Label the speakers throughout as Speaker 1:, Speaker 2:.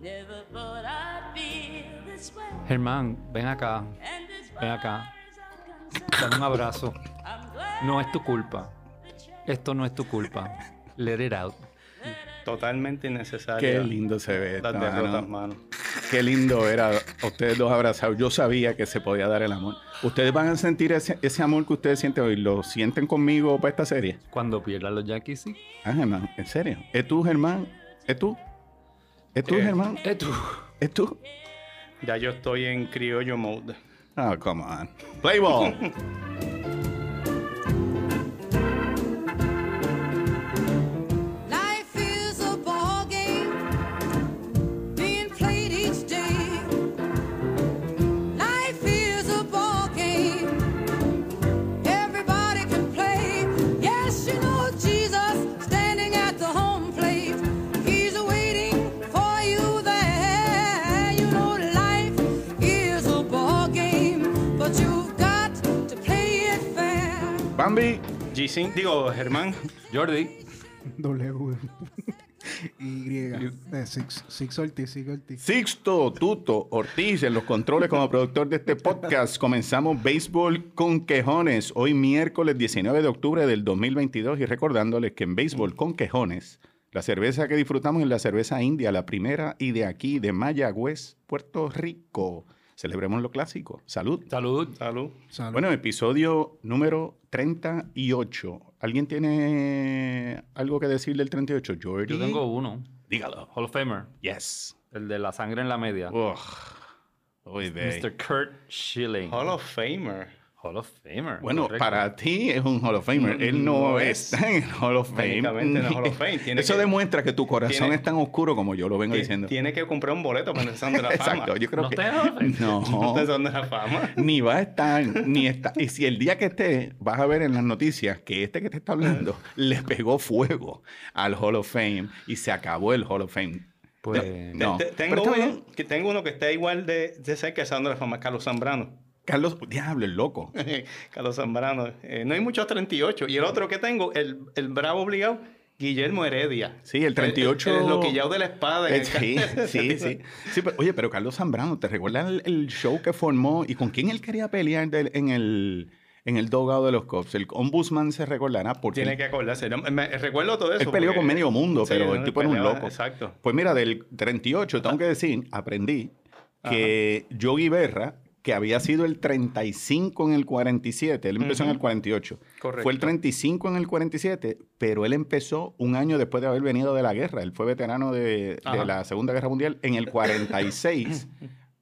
Speaker 1: Never thought I'd feel this way.
Speaker 2: Germán, ven acá,
Speaker 1: And as
Speaker 2: ven
Speaker 1: far
Speaker 2: acá,
Speaker 1: as I'm concerned,
Speaker 2: dame un abrazo.
Speaker 1: I'm glad
Speaker 2: No es tu culpa.
Speaker 1: that you
Speaker 2: Esto no es tu culpa. Let it out.
Speaker 3: Totalmente innecesaria.
Speaker 4: Qué lindo se ve.
Speaker 3: Las
Speaker 4: esta,
Speaker 3: derrotas,
Speaker 4: mano.
Speaker 3: mano.
Speaker 4: Qué lindo era ustedes dos abrazados. Yo sabía que se podía dar el amor. Ustedes van a sentir ese, ese amor que ustedes sienten hoy. ¿Lo sienten conmigo para esta serie?
Speaker 2: Cuando pierdan los Yankees, sí.
Speaker 4: Ah, Germán, en serio. ¿Es tú, Germán? ¿Es tú? ¿Es tú,
Speaker 3: ¿Qué?
Speaker 4: Germán?
Speaker 2: Es tú.
Speaker 4: ¿Es tú?
Speaker 3: Ya yo estoy en criollo mode.
Speaker 4: Ah, come on. Play ball.
Speaker 5: Life is a ball game being played each day. Life is a ball game. Everybody can play. Yes, you know Jesus standing at the home plate. He's waiting for you there. You know life is a ball game, but you've got to play it fair.
Speaker 4: Bambi.
Speaker 3: G5, digo, Germán,
Speaker 2: Jordi,
Speaker 6: W. y. Eh, Six, Six Ortiz, Six Ortiz.
Speaker 4: Sixto Tuto Ortiz en los controles como productor de este podcast. Comenzamos Béisbol con Quejones hoy miércoles 19 de octubre del 2022 y recordándoles que en Béisbol con Quejones, la cerveza que disfrutamos es la cerveza india, la primera y de aquí, de Mayagüez, Puerto Rico. Celebremos lo clásico. Salud.
Speaker 2: salud.
Speaker 3: salud.
Speaker 6: Salud.
Speaker 4: Bueno, episodio número 38. ¿Alguien tiene algo que decir del 38, Jordi?
Speaker 2: Yo tengo uno.
Speaker 4: Dígalo.
Speaker 2: Hall of Famer.
Speaker 4: Yes.
Speaker 2: El de la sangre en la media.
Speaker 4: Ugh. Uy, ve.
Speaker 2: Mr. Kurt Schilling.
Speaker 3: Hall of Famer.
Speaker 2: Hall of Famer.
Speaker 4: Bueno,
Speaker 2: correcto.
Speaker 4: para ti es un Hall of Famer. Él no,
Speaker 3: No es.
Speaker 4: está en el Hall of Fame.
Speaker 3: Técnicamente en el Hall of Fame. Tiene
Speaker 4: Eso
Speaker 3: que-
Speaker 4: demuestra que tu corazón
Speaker 3: tiene-
Speaker 4: es tan oscuro como yo lo vengo
Speaker 3: Ti-
Speaker 4: diciendo.
Speaker 3: Tiene que comprar un boleto para el Salón de la Fama.
Speaker 4: Exacto, yo creo
Speaker 2: ¿No
Speaker 4: que...
Speaker 2: está en el Hall of Fame?
Speaker 4: No,
Speaker 3: El Salón de la Fama.
Speaker 4: ni va a estar, ni está. Y si el día que esté, vas a ver en las noticias que este que te está hablando le pegó fuego al Hall of Fame y se acabó el Hall of Fame.
Speaker 2: Pues,
Speaker 4: No,
Speaker 3: Te- te-
Speaker 4: pero
Speaker 3: tengo,
Speaker 4: está
Speaker 3: uno,
Speaker 4: bien.
Speaker 3: que tengo uno que está igual de, de cerca del Salón de la Fama, Carlos Zambrano.
Speaker 4: Carlos, diablo, el loco.
Speaker 3: Carlos Zambrano. Eh, no hay muchos 38. Y el otro que tengo, el, el bravo obligado, Guillermo Heredia.
Speaker 4: Sí, el 38.
Speaker 3: El, el, loquillao de la espada. en
Speaker 4: Eh,
Speaker 3: el
Speaker 4: Sí,
Speaker 3: ca-
Speaker 4: sí, sí. Sí, pero- oye, pero Carlos Zambrano, ¿te recuerdas el, el show que formó y con quién él quería pelear del- en el en el dogado de los cops? El ombudsman se recordará porque
Speaker 3: Tiene que acordarse. No, me- recuerdo todo eso.
Speaker 4: él peleó
Speaker 3: porque-
Speaker 4: con medio mundo,
Speaker 3: Sí,
Speaker 4: pero
Speaker 3: no,
Speaker 4: el tipo era un
Speaker 3: peleaba,
Speaker 4: loco.
Speaker 3: Exacto.
Speaker 4: Pues mira, del 38, tengo que decir, aprendí que Yogi Berra, que había sido el 35 en el 47, él empezó en el 48. Fue el
Speaker 3: Correcto.
Speaker 4: 35 en el 47, pero él empezó un año después de haber venido de la guerra. Él fue veterano de, de
Speaker 3: Ajá.
Speaker 4: la Segunda Guerra Mundial en el 46.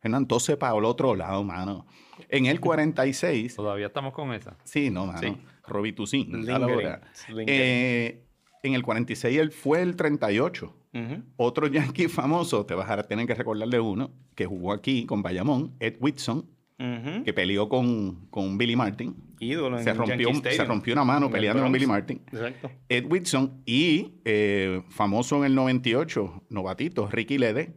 Speaker 4: Hernán, entonces para el otro lado, mano. En el 46,
Speaker 2: Todavía estamos con esa.
Speaker 4: sí, no, mano.
Speaker 3: Sí.
Speaker 4: Robbie Toussaint, a la
Speaker 3: Lingering,
Speaker 4: hora.
Speaker 3: lingering.
Speaker 4: Eh, en el 46 él fue el 38.
Speaker 3: Ujú.
Speaker 4: Otro yankee famoso, te vas a tener que recordarle uno, que jugó aquí con Bayamón, Ed Whitson,
Speaker 3: Ujú.
Speaker 4: que peleó con, con Billy Martin.
Speaker 3: Ídolo en
Speaker 4: Se rompió,
Speaker 3: Yankee
Speaker 4: un- se
Speaker 3: Stadium.
Speaker 4: rompió una
Speaker 3: En
Speaker 4: mano
Speaker 3: el
Speaker 4: peleando con
Speaker 3: Bronx.
Speaker 4: Billy Martin.
Speaker 3: Exacto.
Speaker 4: Ed Whitson y eh, famoso en el 98, novatito, Ricky Lede.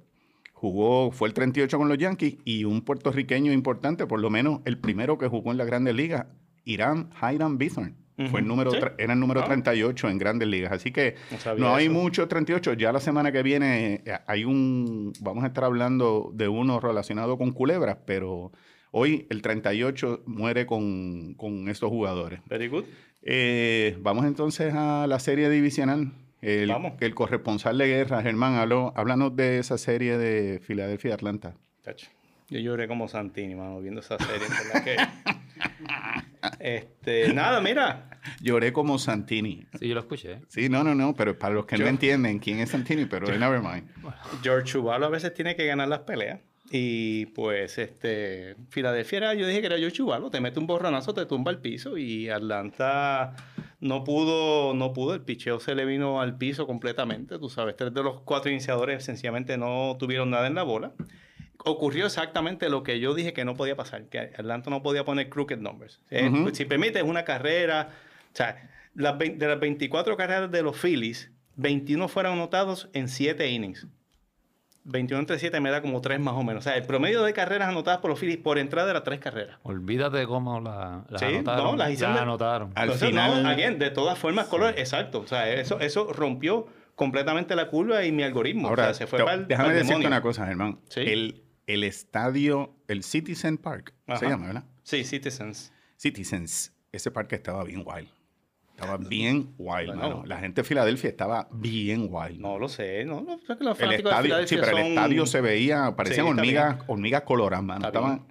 Speaker 4: Jugó, fue el 38 con los Yankees y un puertorriqueño importante, por lo menos el primero que jugó en las Grandes Ligas, Irán Hiram Bithorn. Fue el
Speaker 3: Ujú.
Speaker 4: número,
Speaker 3: Sí.
Speaker 4: tre- era el número
Speaker 3: Ah.
Speaker 4: 38 en Grandes Ligas. Así que
Speaker 3: No sabía
Speaker 4: no hay
Speaker 3: eso.
Speaker 4: mucho 38. Ya la semana que viene eh, hay un, vamos a estar hablando de uno relacionado con culebras, pero hoy el 38 muere con, con estos jugadores.
Speaker 3: Very good.
Speaker 4: Eh, vamos entonces a la serie divisional. El,
Speaker 3: Vamos.
Speaker 4: el corresponsal de guerra, Germán, habló- háblanos de esa serie de Filadelfia y Atlanta.
Speaker 3: Chacho, Yo lloré como Santini, mano, viendo esa serie. en verdad que- este, nada, mira.
Speaker 4: Lloré como Santini.
Speaker 2: Sí, yo lo escuché.
Speaker 4: Sí, no, no, no, pero para los que no
Speaker 3: Yo-
Speaker 4: entienden quién es Santini, pero never mind.
Speaker 3: George Chubalo a veces tiene que ganar las peleas. Y pues, este, Filadelfia, era- yo dije que era George Chubalo, te mete un borronazo, te tumba al piso. Y Atlanta no pudo, no pudo, el picheo se le vino al piso completamente. Tú sabes, tres de los cuatro iniciadores sencillamente no tuvieron nada en la bola. ocurrió exactamente lo que yo dije que no podía pasar, que Atlanta no podía poner crooked numbers. Eh,
Speaker 4: Ujú.
Speaker 3: Si permites una carrera, o sea, las vein- de las 24 carreras de los Phillies, 21 fueron anotados en 7 innings. 21 entre 7 me da como 3 más o menos. O sea, el promedio de carreras anotadas por los Phillies por entrada era 3 carreras.
Speaker 2: Olvídate de cómo la, las
Speaker 3: Sí,
Speaker 2: anotaron.
Speaker 3: no, las hicieron de-
Speaker 2: anotaron.
Speaker 4: Al
Speaker 3: Entonces, no,
Speaker 4: final-
Speaker 3: again, de todas formas, color, exacto. O sea, eso, eso rompió completamente la curva y mi algoritmo.
Speaker 4: Ahora,
Speaker 3: o sea, se fue
Speaker 4: te-
Speaker 3: para el-
Speaker 4: déjame
Speaker 3: para el
Speaker 4: decirte
Speaker 3: demonio.
Speaker 4: una cosa, Germán.
Speaker 3: Sí.
Speaker 4: El, el estadio, el Citizen Park, se
Speaker 3: Ajá.
Speaker 4: llama, ¿verdad?
Speaker 3: Sí, Citizens.
Speaker 4: Citizens. Ese parque estaba bien wild. Estaba bien wild,
Speaker 3: Bueno.
Speaker 4: mano. La gente de Filadelfia estaba bien wild.
Speaker 3: No lo sé, no, no, sé que los
Speaker 4: El
Speaker 3: fanáticos de
Speaker 4: estadio, sí,
Speaker 3: Filadelfia
Speaker 4: pero el
Speaker 3: son-
Speaker 4: estadio se veía, parecían
Speaker 3: Sí, está
Speaker 4: hormigas, hormigas coloradas, mano.
Speaker 3: Está
Speaker 4: Estaban-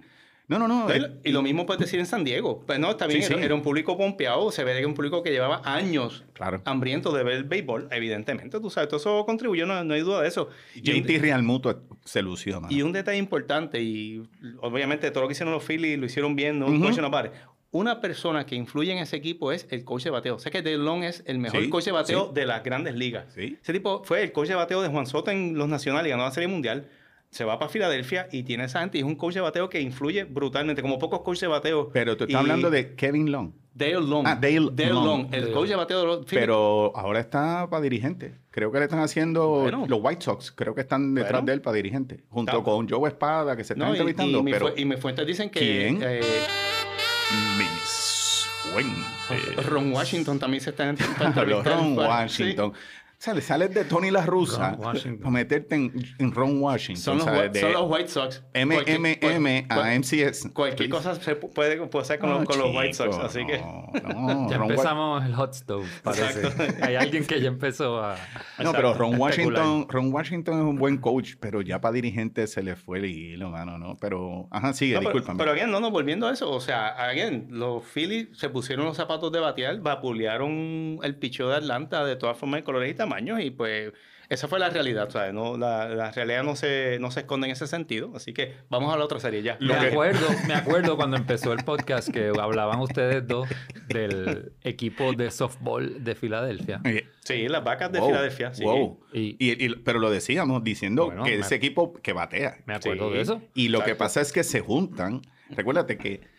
Speaker 4: No, no, no.
Speaker 3: No, y
Speaker 4: el-
Speaker 3: lo- Y lo mismo puedes decir en San Diego. Pues no, también
Speaker 4: Sí,
Speaker 3: era,
Speaker 4: sí.
Speaker 3: era un público pompeado, se ve que era un público que llevaba años
Speaker 4: Claro.
Speaker 3: hambriento de ver béisbol, evidentemente, tú sabes, todo eso contribuyó, no, no hay duda de eso. Y un-
Speaker 4: JT Real Muto se lució, mano.
Speaker 3: Y un detalle importante, y obviamente todo lo que hicieron los Phillies lo hicieron bien, no
Speaker 4: Ujú.
Speaker 3: coach no pare. Una persona que influye en ese equipo es el coach de bateo. Sé que Dave Long es el mejor
Speaker 4: Sí,
Speaker 3: coach de bateo
Speaker 4: sí.
Speaker 3: de las grandes ligas.
Speaker 4: Sí.
Speaker 3: Ese tipo fue el coach de bateo de Juan Soto en los Nacionales, ganó la Serie Mundial. Se va para Filadelfia y tiene esa gente y es un coach de bateo que influye brutalmente, como pocos coaches de bateo.
Speaker 4: Pero tú estás
Speaker 3: Y
Speaker 4: hablando de Kevin Long.
Speaker 3: Dale Long.
Speaker 4: Ah, Dale Long.
Speaker 3: el
Speaker 2: Dale
Speaker 3: coach de
Speaker 2: Long.
Speaker 3: bateo de los Phillies.
Speaker 4: Pero ahora está para dirigente. Creo que le están haciendo
Speaker 3: Bueno.
Speaker 4: los White Sox. Creo que están detrás
Speaker 3: Bueno.
Speaker 4: de él para dirigente. Junto
Speaker 3: Está-
Speaker 4: con Joe Espada, que se están
Speaker 3: No, y,
Speaker 4: entrevistando.
Speaker 3: y mi
Speaker 4: pero
Speaker 3: fu- y mis fuentes dicen que
Speaker 4: ¿Quién?
Speaker 3: eh,
Speaker 4: mis fuentes.
Speaker 3: Ron Washington también se está entrevistando. ¿eh?
Speaker 4: Pero Ron
Speaker 3: Sí.
Speaker 4: Washington. Sale, sales de Tony la Rusa
Speaker 2: Ron Washington.
Speaker 4: para meterte en, en Ron Washington.
Speaker 3: Son los,
Speaker 4: ¿sabes?
Speaker 3: Whi-
Speaker 4: De
Speaker 3: son los White Sox. Cualquier-
Speaker 4: MMM
Speaker 3: cual-
Speaker 4: a
Speaker 3: cual-
Speaker 4: MCS.
Speaker 3: Cualquier cosa se pu- puede, puede hacer con,
Speaker 4: No,
Speaker 3: los- con los White
Speaker 4: Ah, chico,
Speaker 3: Sox, así que...
Speaker 4: no, no,
Speaker 2: Ya
Speaker 4: Ron Wa-
Speaker 2: empezamos el hot stove, parece.
Speaker 3: Exacto.
Speaker 2: Hay alguien que ya empezó a...
Speaker 4: No, pero Ron
Speaker 2: Especular.
Speaker 4: Washington, Ron Washington es un buen coach, pero ya para dirigente se le fue el hilo, mano, ¿no? Pero, ajá, sigue,
Speaker 3: No, pero,
Speaker 4: discúlpame.
Speaker 3: pero again, no, no, volviendo a eso, o sea, again, los Phillies se pusieron los zapatos de batear, vapulearon el picheo de Atlanta de todas formas, de colores y tamaños, y pues esa fue la realidad, ¿sabes? No, la, la realidad no se, no se esconde en ese sentido, así que vamos a la otra serie ya.
Speaker 2: Me
Speaker 4: Lo que-
Speaker 2: acuerdo, me acuerdo cuando empezó el podcast que hablaban ustedes dos del equipo de softball de Filadelfia.
Speaker 4: Eh,
Speaker 3: Sí, las vacas de
Speaker 4: wow,
Speaker 3: Filadelfia, sí.
Speaker 4: wow.
Speaker 2: Y-
Speaker 4: Y- y- pero lo decíamos diciendo
Speaker 2: Bueno,
Speaker 4: que
Speaker 2: me-
Speaker 4: ese equipo que batea.
Speaker 2: Me acuerdo
Speaker 3: Sí.
Speaker 2: de eso.
Speaker 4: Y lo que
Speaker 3: Exacto.
Speaker 4: pasa es que se juntan. Recuérdate que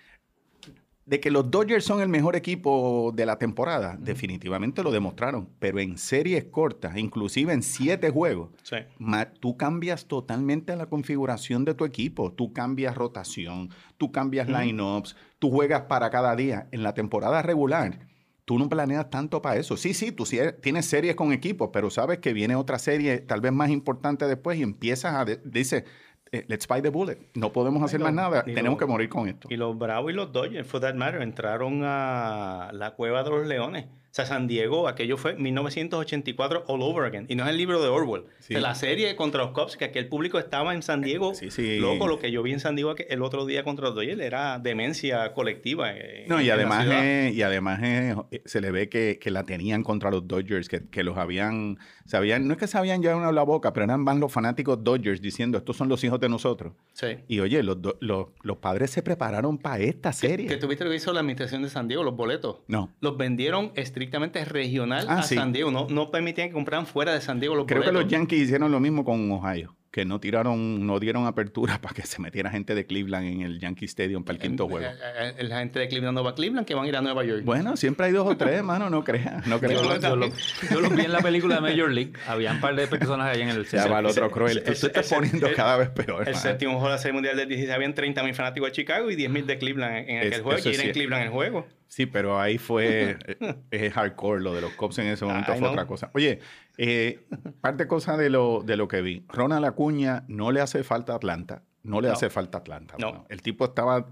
Speaker 4: de que los Dodgers son el mejor equipo de la temporada, definitivamente lo demostraron. Pero en series cortas, inclusive en siete juegos,
Speaker 3: Sí.
Speaker 4: ma- tú cambias totalmente la configuración de tu equipo. Tú cambias rotación, tú cambias lineups, tú juegas para cada día. En la temporada regular, tú no planeas tanto para eso. Sí, sí, tú sí eres- tienes series con equipos, pero sabes que viene otra serie tal vez más importante después y empiezas a... de- dices, eh, let's buy the bullet. No podemos hacer
Speaker 3: lo-
Speaker 4: más nada.
Speaker 3: y lo-
Speaker 4: Tenemos que morir con esto.
Speaker 3: Y los Bravos y los Dodgers, for that matter, entraron a la cueva de los leones. O sea, San Diego, aquello fue 1984 all over again. Y no es el libro de Orwell.
Speaker 4: Sí. Eh,
Speaker 3: De la serie contra los Cubs, que aquel público estaba en San Diego.
Speaker 4: Sí, sí.
Speaker 3: Loco, lo que yo vi en San Diego aqu- el otro día contra los Dodgers era demencia colectiva. eh,
Speaker 4: No,
Speaker 3: en
Speaker 4: y
Speaker 3: la
Speaker 4: además,
Speaker 3: ciudad.
Speaker 4: eh, y además eh, eh, se le ve que, que la tenían contra los Dodgers, que, que los habían, sabían, no es que se habían llevado una la boca, pero eran más los fanáticos Dodgers diciendo, estos son los hijos de nosotros.
Speaker 3: Sí.
Speaker 4: Y oye, los, do- los, los padres se prepararon para esta serie.
Speaker 3: Que tuviste lo que hizo la administración de San Diego, los boletos.
Speaker 4: No.
Speaker 3: Los vendieron estrictamente regional
Speaker 4: Ah,
Speaker 3: a
Speaker 4: sí.
Speaker 3: San Diego. No, no permitían que compraran fuera de San Diego los
Speaker 4: Creo que
Speaker 3: boletos.
Speaker 4: los Yankees hicieron lo mismo con Ohio, que no tiraron, no dieron apertura para que se metiera gente de Cleveland en el Yankee Stadium para el quinto
Speaker 3: Eh,
Speaker 4: juego.
Speaker 3: eh, eh, La gente de Cleveland no va a Cleveland, que van a ir a Nueva York.
Speaker 4: Bueno, siempre hay dos o tres, hermano, no creas.
Speaker 2: Yo,
Speaker 4: No creas.
Speaker 2: lo- yo lo- yo los vi en la película de Major League. Había un par de personas ahí en el
Speaker 4: Ya va el otro cruel. Tú
Speaker 3: ese-
Speaker 4: te estás
Speaker 3: ese-
Speaker 4: poniendo
Speaker 3: el-
Speaker 4: cada vez peor.
Speaker 3: El
Speaker 4: hermano.
Speaker 3: séptimo juego de la Serie Mundial del 16 habían 30.000 fanáticos de Chicago y 10.000 de Cleveland en- en aquel
Speaker 4: Es-
Speaker 3: juego.
Speaker 4: eso
Speaker 3: Y
Speaker 4: es
Speaker 3: era en
Speaker 4: cierto.
Speaker 3: Cleveland el juego.
Speaker 4: Sí, pero ahí fue eh, es hardcore lo de los cops en ese momento
Speaker 3: Ay,
Speaker 4: fue
Speaker 3: no.
Speaker 4: otra cosa. Oye, eh, parte cosa de lo de lo que vi. Ronald Acuña no le hace falta a Atlanta, no le
Speaker 3: No.
Speaker 4: hace falta a Atlanta.
Speaker 3: No.
Speaker 4: mano. El tipo estaba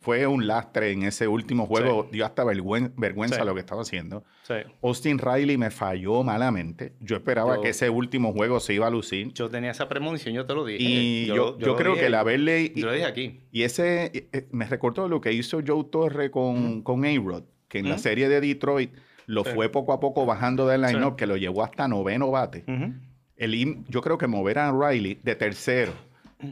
Speaker 4: fue un lastre en ese último juego, dio hasta vergüen- vergüenza
Speaker 3: Sí.
Speaker 4: lo que estaba haciendo.
Speaker 3: Sí.
Speaker 4: Austin Riley me falló malamente. Yo esperaba
Speaker 3: Yo-
Speaker 4: que ese último juego se iba a lucir.
Speaker 3: Yo tenía esa premonición, yo te lo dije.
Speaker 4: y yo, yo
Speaker 3: lo
Speaker 4: creo
Speaker 3: dije-
Speaker 4: que la verle
Speaker 3: Yo lo dije aquí.
Speaker 4: y ese eh, eh, me recordó lo que hizo Joe Torre con, con A-Rod, que en la
Speaker 3: Ujú.
Speaker 4: serie de Detroit lo
Speaker 3: Sí.
Speaker 4: fue poco a poco bajando del
Speaker 3: Sí.
Speaker 4: line-up, que lo llevó hasta noveno bate.
Speaker 3: Ujú.
Speaker 4: El, im- yo creo que mover a Riley de tercero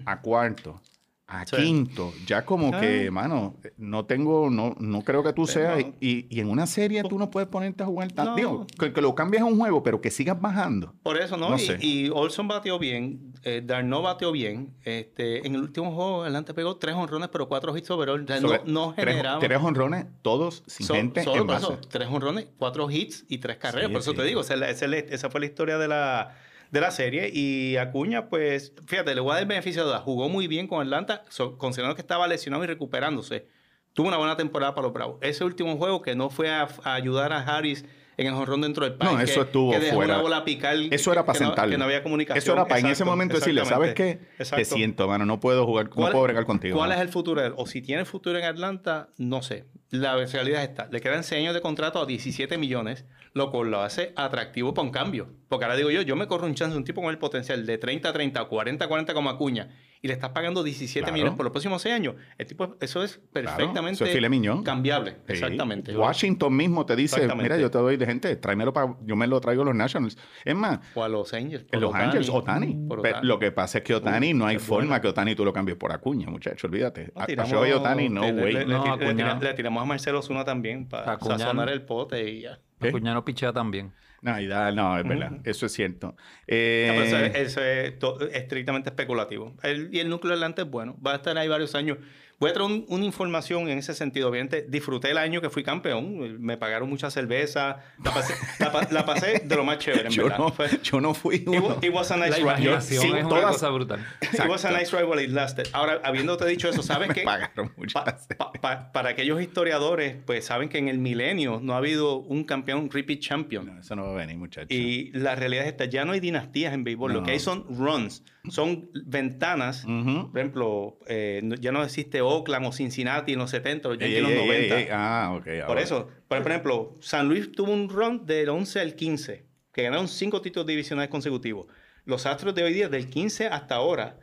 Speaker 4: a cuarto, a
Speaker 3: Sí. Ah.
Speaker 4: quinto, ya como que, mano, eh, no tengo, no, no creo que tú
Speaker 3: Sí,
Speaker 4: seas.
Speaker 3: no.
Speaker 4: Y, y en una serie tú no puedes ponerte a jugar tan.
Speaker 3: No.
Speaker 4: Digo, que, que lo cambies a un juego, pero que sigas bajando.
Speaker 3: Por eso, ¿no?
Speaker 4: No
Speaker 3: y,
Speaker 4: sé.
Speaker 3: y Olson bateó bien, eh, Darno bateó bien. Este, en el último juego, Atlanta pegó tres honrones, pero cuatro hits overall. O sea,
Speaker 4: Sobre-
Speaker 3: no, no
Speaker 4: tres-
Speaker 3: generaba.
Speaker 4: Tres honrones, todos sin
Speaker 3: So-
Speaker 4: gente
Speaker 3: solo
Speaker 4: en
Speaker 3: por
Speaker 4: base.
Speaker 3: eso, tres honrones, cuatro hits y tres carreras.
Speaker 4: Sí,
Speaker 3: por eso
Speaker 4: sí.
Speaker 3: te digo, esa, es la- esa es la- esa fue la historia de la, de la serie. Y Acuña, pues, fíjate, le voy a dar el beneficio de la duda. Jugó muy bien con Atlanta, so- considerando que estaba lesionado y recuperándose. Tuvo una buena temporada para los Bravos. Ese último juego que no fue a, a ayudar a Harris en el jonrón dentro del parque.
Speaker 4: No, eso estuvo
Speaker 3: que dejó
Speaker 4: fuera.
Speaker 3: Una bola picar,
Speaker 4: Eso era
Speaker 3: que
Speaker 4: para
Speaker 3: no-
Speaker 4: sentarlo.
Speaker 3: Que no había comunicación.
Speaker 4: Eso era para en ese
Speaker 3: Exacto,
Speaker 4: momento decirle, ¿sabes qué?
Speaker 3: exactamente,
Speaker 4: Te
Speaker 3: exacto.
Speaker 4: siento, mano, no puedo jugar, no
Speaker 3: ¿Cuál-
Speaker 4: puedo bregar contigo.
Speaker 3: ¿Cuál
Speaker 4: mano".
Speaker 3: es el futuro? de él? O si tiene futuro en Atlanta, no sé. La realidad es esta. Le quedan 6 años de contrato a 17 millones, lo cual lo hace atractivo para un cambio. Porque ahora digo yo, yo me corro un chance de un tipo con el potencial de 30, 30, 40, 40 como Acuña y le estás pagando 17
Speaker 4: Claro.
Speaker 3: millones por los próximos 6 años. El tipo, eso es perfectamente
Speaker 4: eso es filet mignon.
Speaker 3: cambiable.
Speaker 4: Sí.
Speaker 3: Exactamente.
Speaker 4: Washington mismo te dice,
Speaker 3: Exactamente.
Speaker 4: mira, yo te doy de gente, tráemelo para, yo me lo traigo a los Nationals. Es más,
Speaker 3: O a los Angels. por
Speaker 4: en Los
Speaker 3: Ohtani.
Speaker 4: Angels, Otani.
Speaker 3: Por
Speaker 4: Pero
Speaker 3: Ohtani.
Speaker 4: Lo que pasa es que Otani no hay
Speaker 3: es
Speaker 4: forma
Speaker 3: buena.
Speaker 4: que Otani tú lo cambies por Acuña, muchacho, olvídate.
Speaker 3: No,
Speaker 4: A-
Speaker 3: tiramos-
Speaker 4: Acuña y Otani, no,
Speaker 3: le- le-
Speaker 4: güey.
Speaker 3: Le,
Speaker 2: No,
Speaker 3: tira- le
Speaker 2: Acuña.
Speaker 3: tira- le tiramos a Marcelo Zuna también para
Speaker 2: Acuña.
Speaker 3: sazonar el pote y ya.
Speaker 4: ¿Qué?
Speaker 2: Acuña no pichea también.
Speaker 4: No, y da- no, es verdad, eso es cierto. Eh,
Speaker 3: No, pero eso, es, eso es to- estrictamente especulativo. El- y el núcleo adelante es bueno. Va a estar ahí varios años. Voy a traer un- una información en ese sentido. Obviamente, disfruté el año que fui campeón. Me pagaron mucha cerveza. La pasé, la pa- la pasé de lo más chévere, en
Speaker 4: yo,
Speaker 3: verdad.
Speaker 4: no,
Speaker 3: Fue-
Speaker 4: yo no fui
Speaker 3: it,
Speaker 4: uno.
Speaker 3: wa- it was a nice
Speaker 2: La
Speaker 3: ride. Yo-
Speaker 2: imaginación
Speaker 3: sí,
Speaker 2: es una
Speaker 3: todas-
Speaker 2: cosa brutal.
Speaker 3: It was a nice ride while it lasted. Ahora, habiéndote dicho eso, ¿sabes
Speaker 4: Me
Speaker 3: qué?
Speaker 4: pagaron mucho.
Speaker 3: Pa- pa- pa- para aquellos historiadores, pues saben que en el milenio no ha habido un campeón repeat champion.
Speaker 4: No, eso no va a venir, muchacho.
Speaker 3: Y la realidad es esta, ya no hay dinastías en béisbol, lo
Speaker 4: No. Mm.
Speaker 3: que hay son runs, son ventanas.
Speaker 4: Ujú.
Speaker 3: Por ejemplo, eh, no- ya no existe Oakland o Cincinnati en los 70, los
Speaker 4: Ey,
Speaker 3: Yankees en los
Speaker 4: ey, ey,
Speaker 3: 90.
Speaker 4: ey, ey. Ah, ok.
Speaker 3: Por
Speaker 4: ahora.
Speaker 3: eso, por por ejemplo, San Luis tuvo un run del 11 al 15, que ganaron cinco títulos divisionales consecutivos. Los Astros de hoy día, del 15 hasta ahora,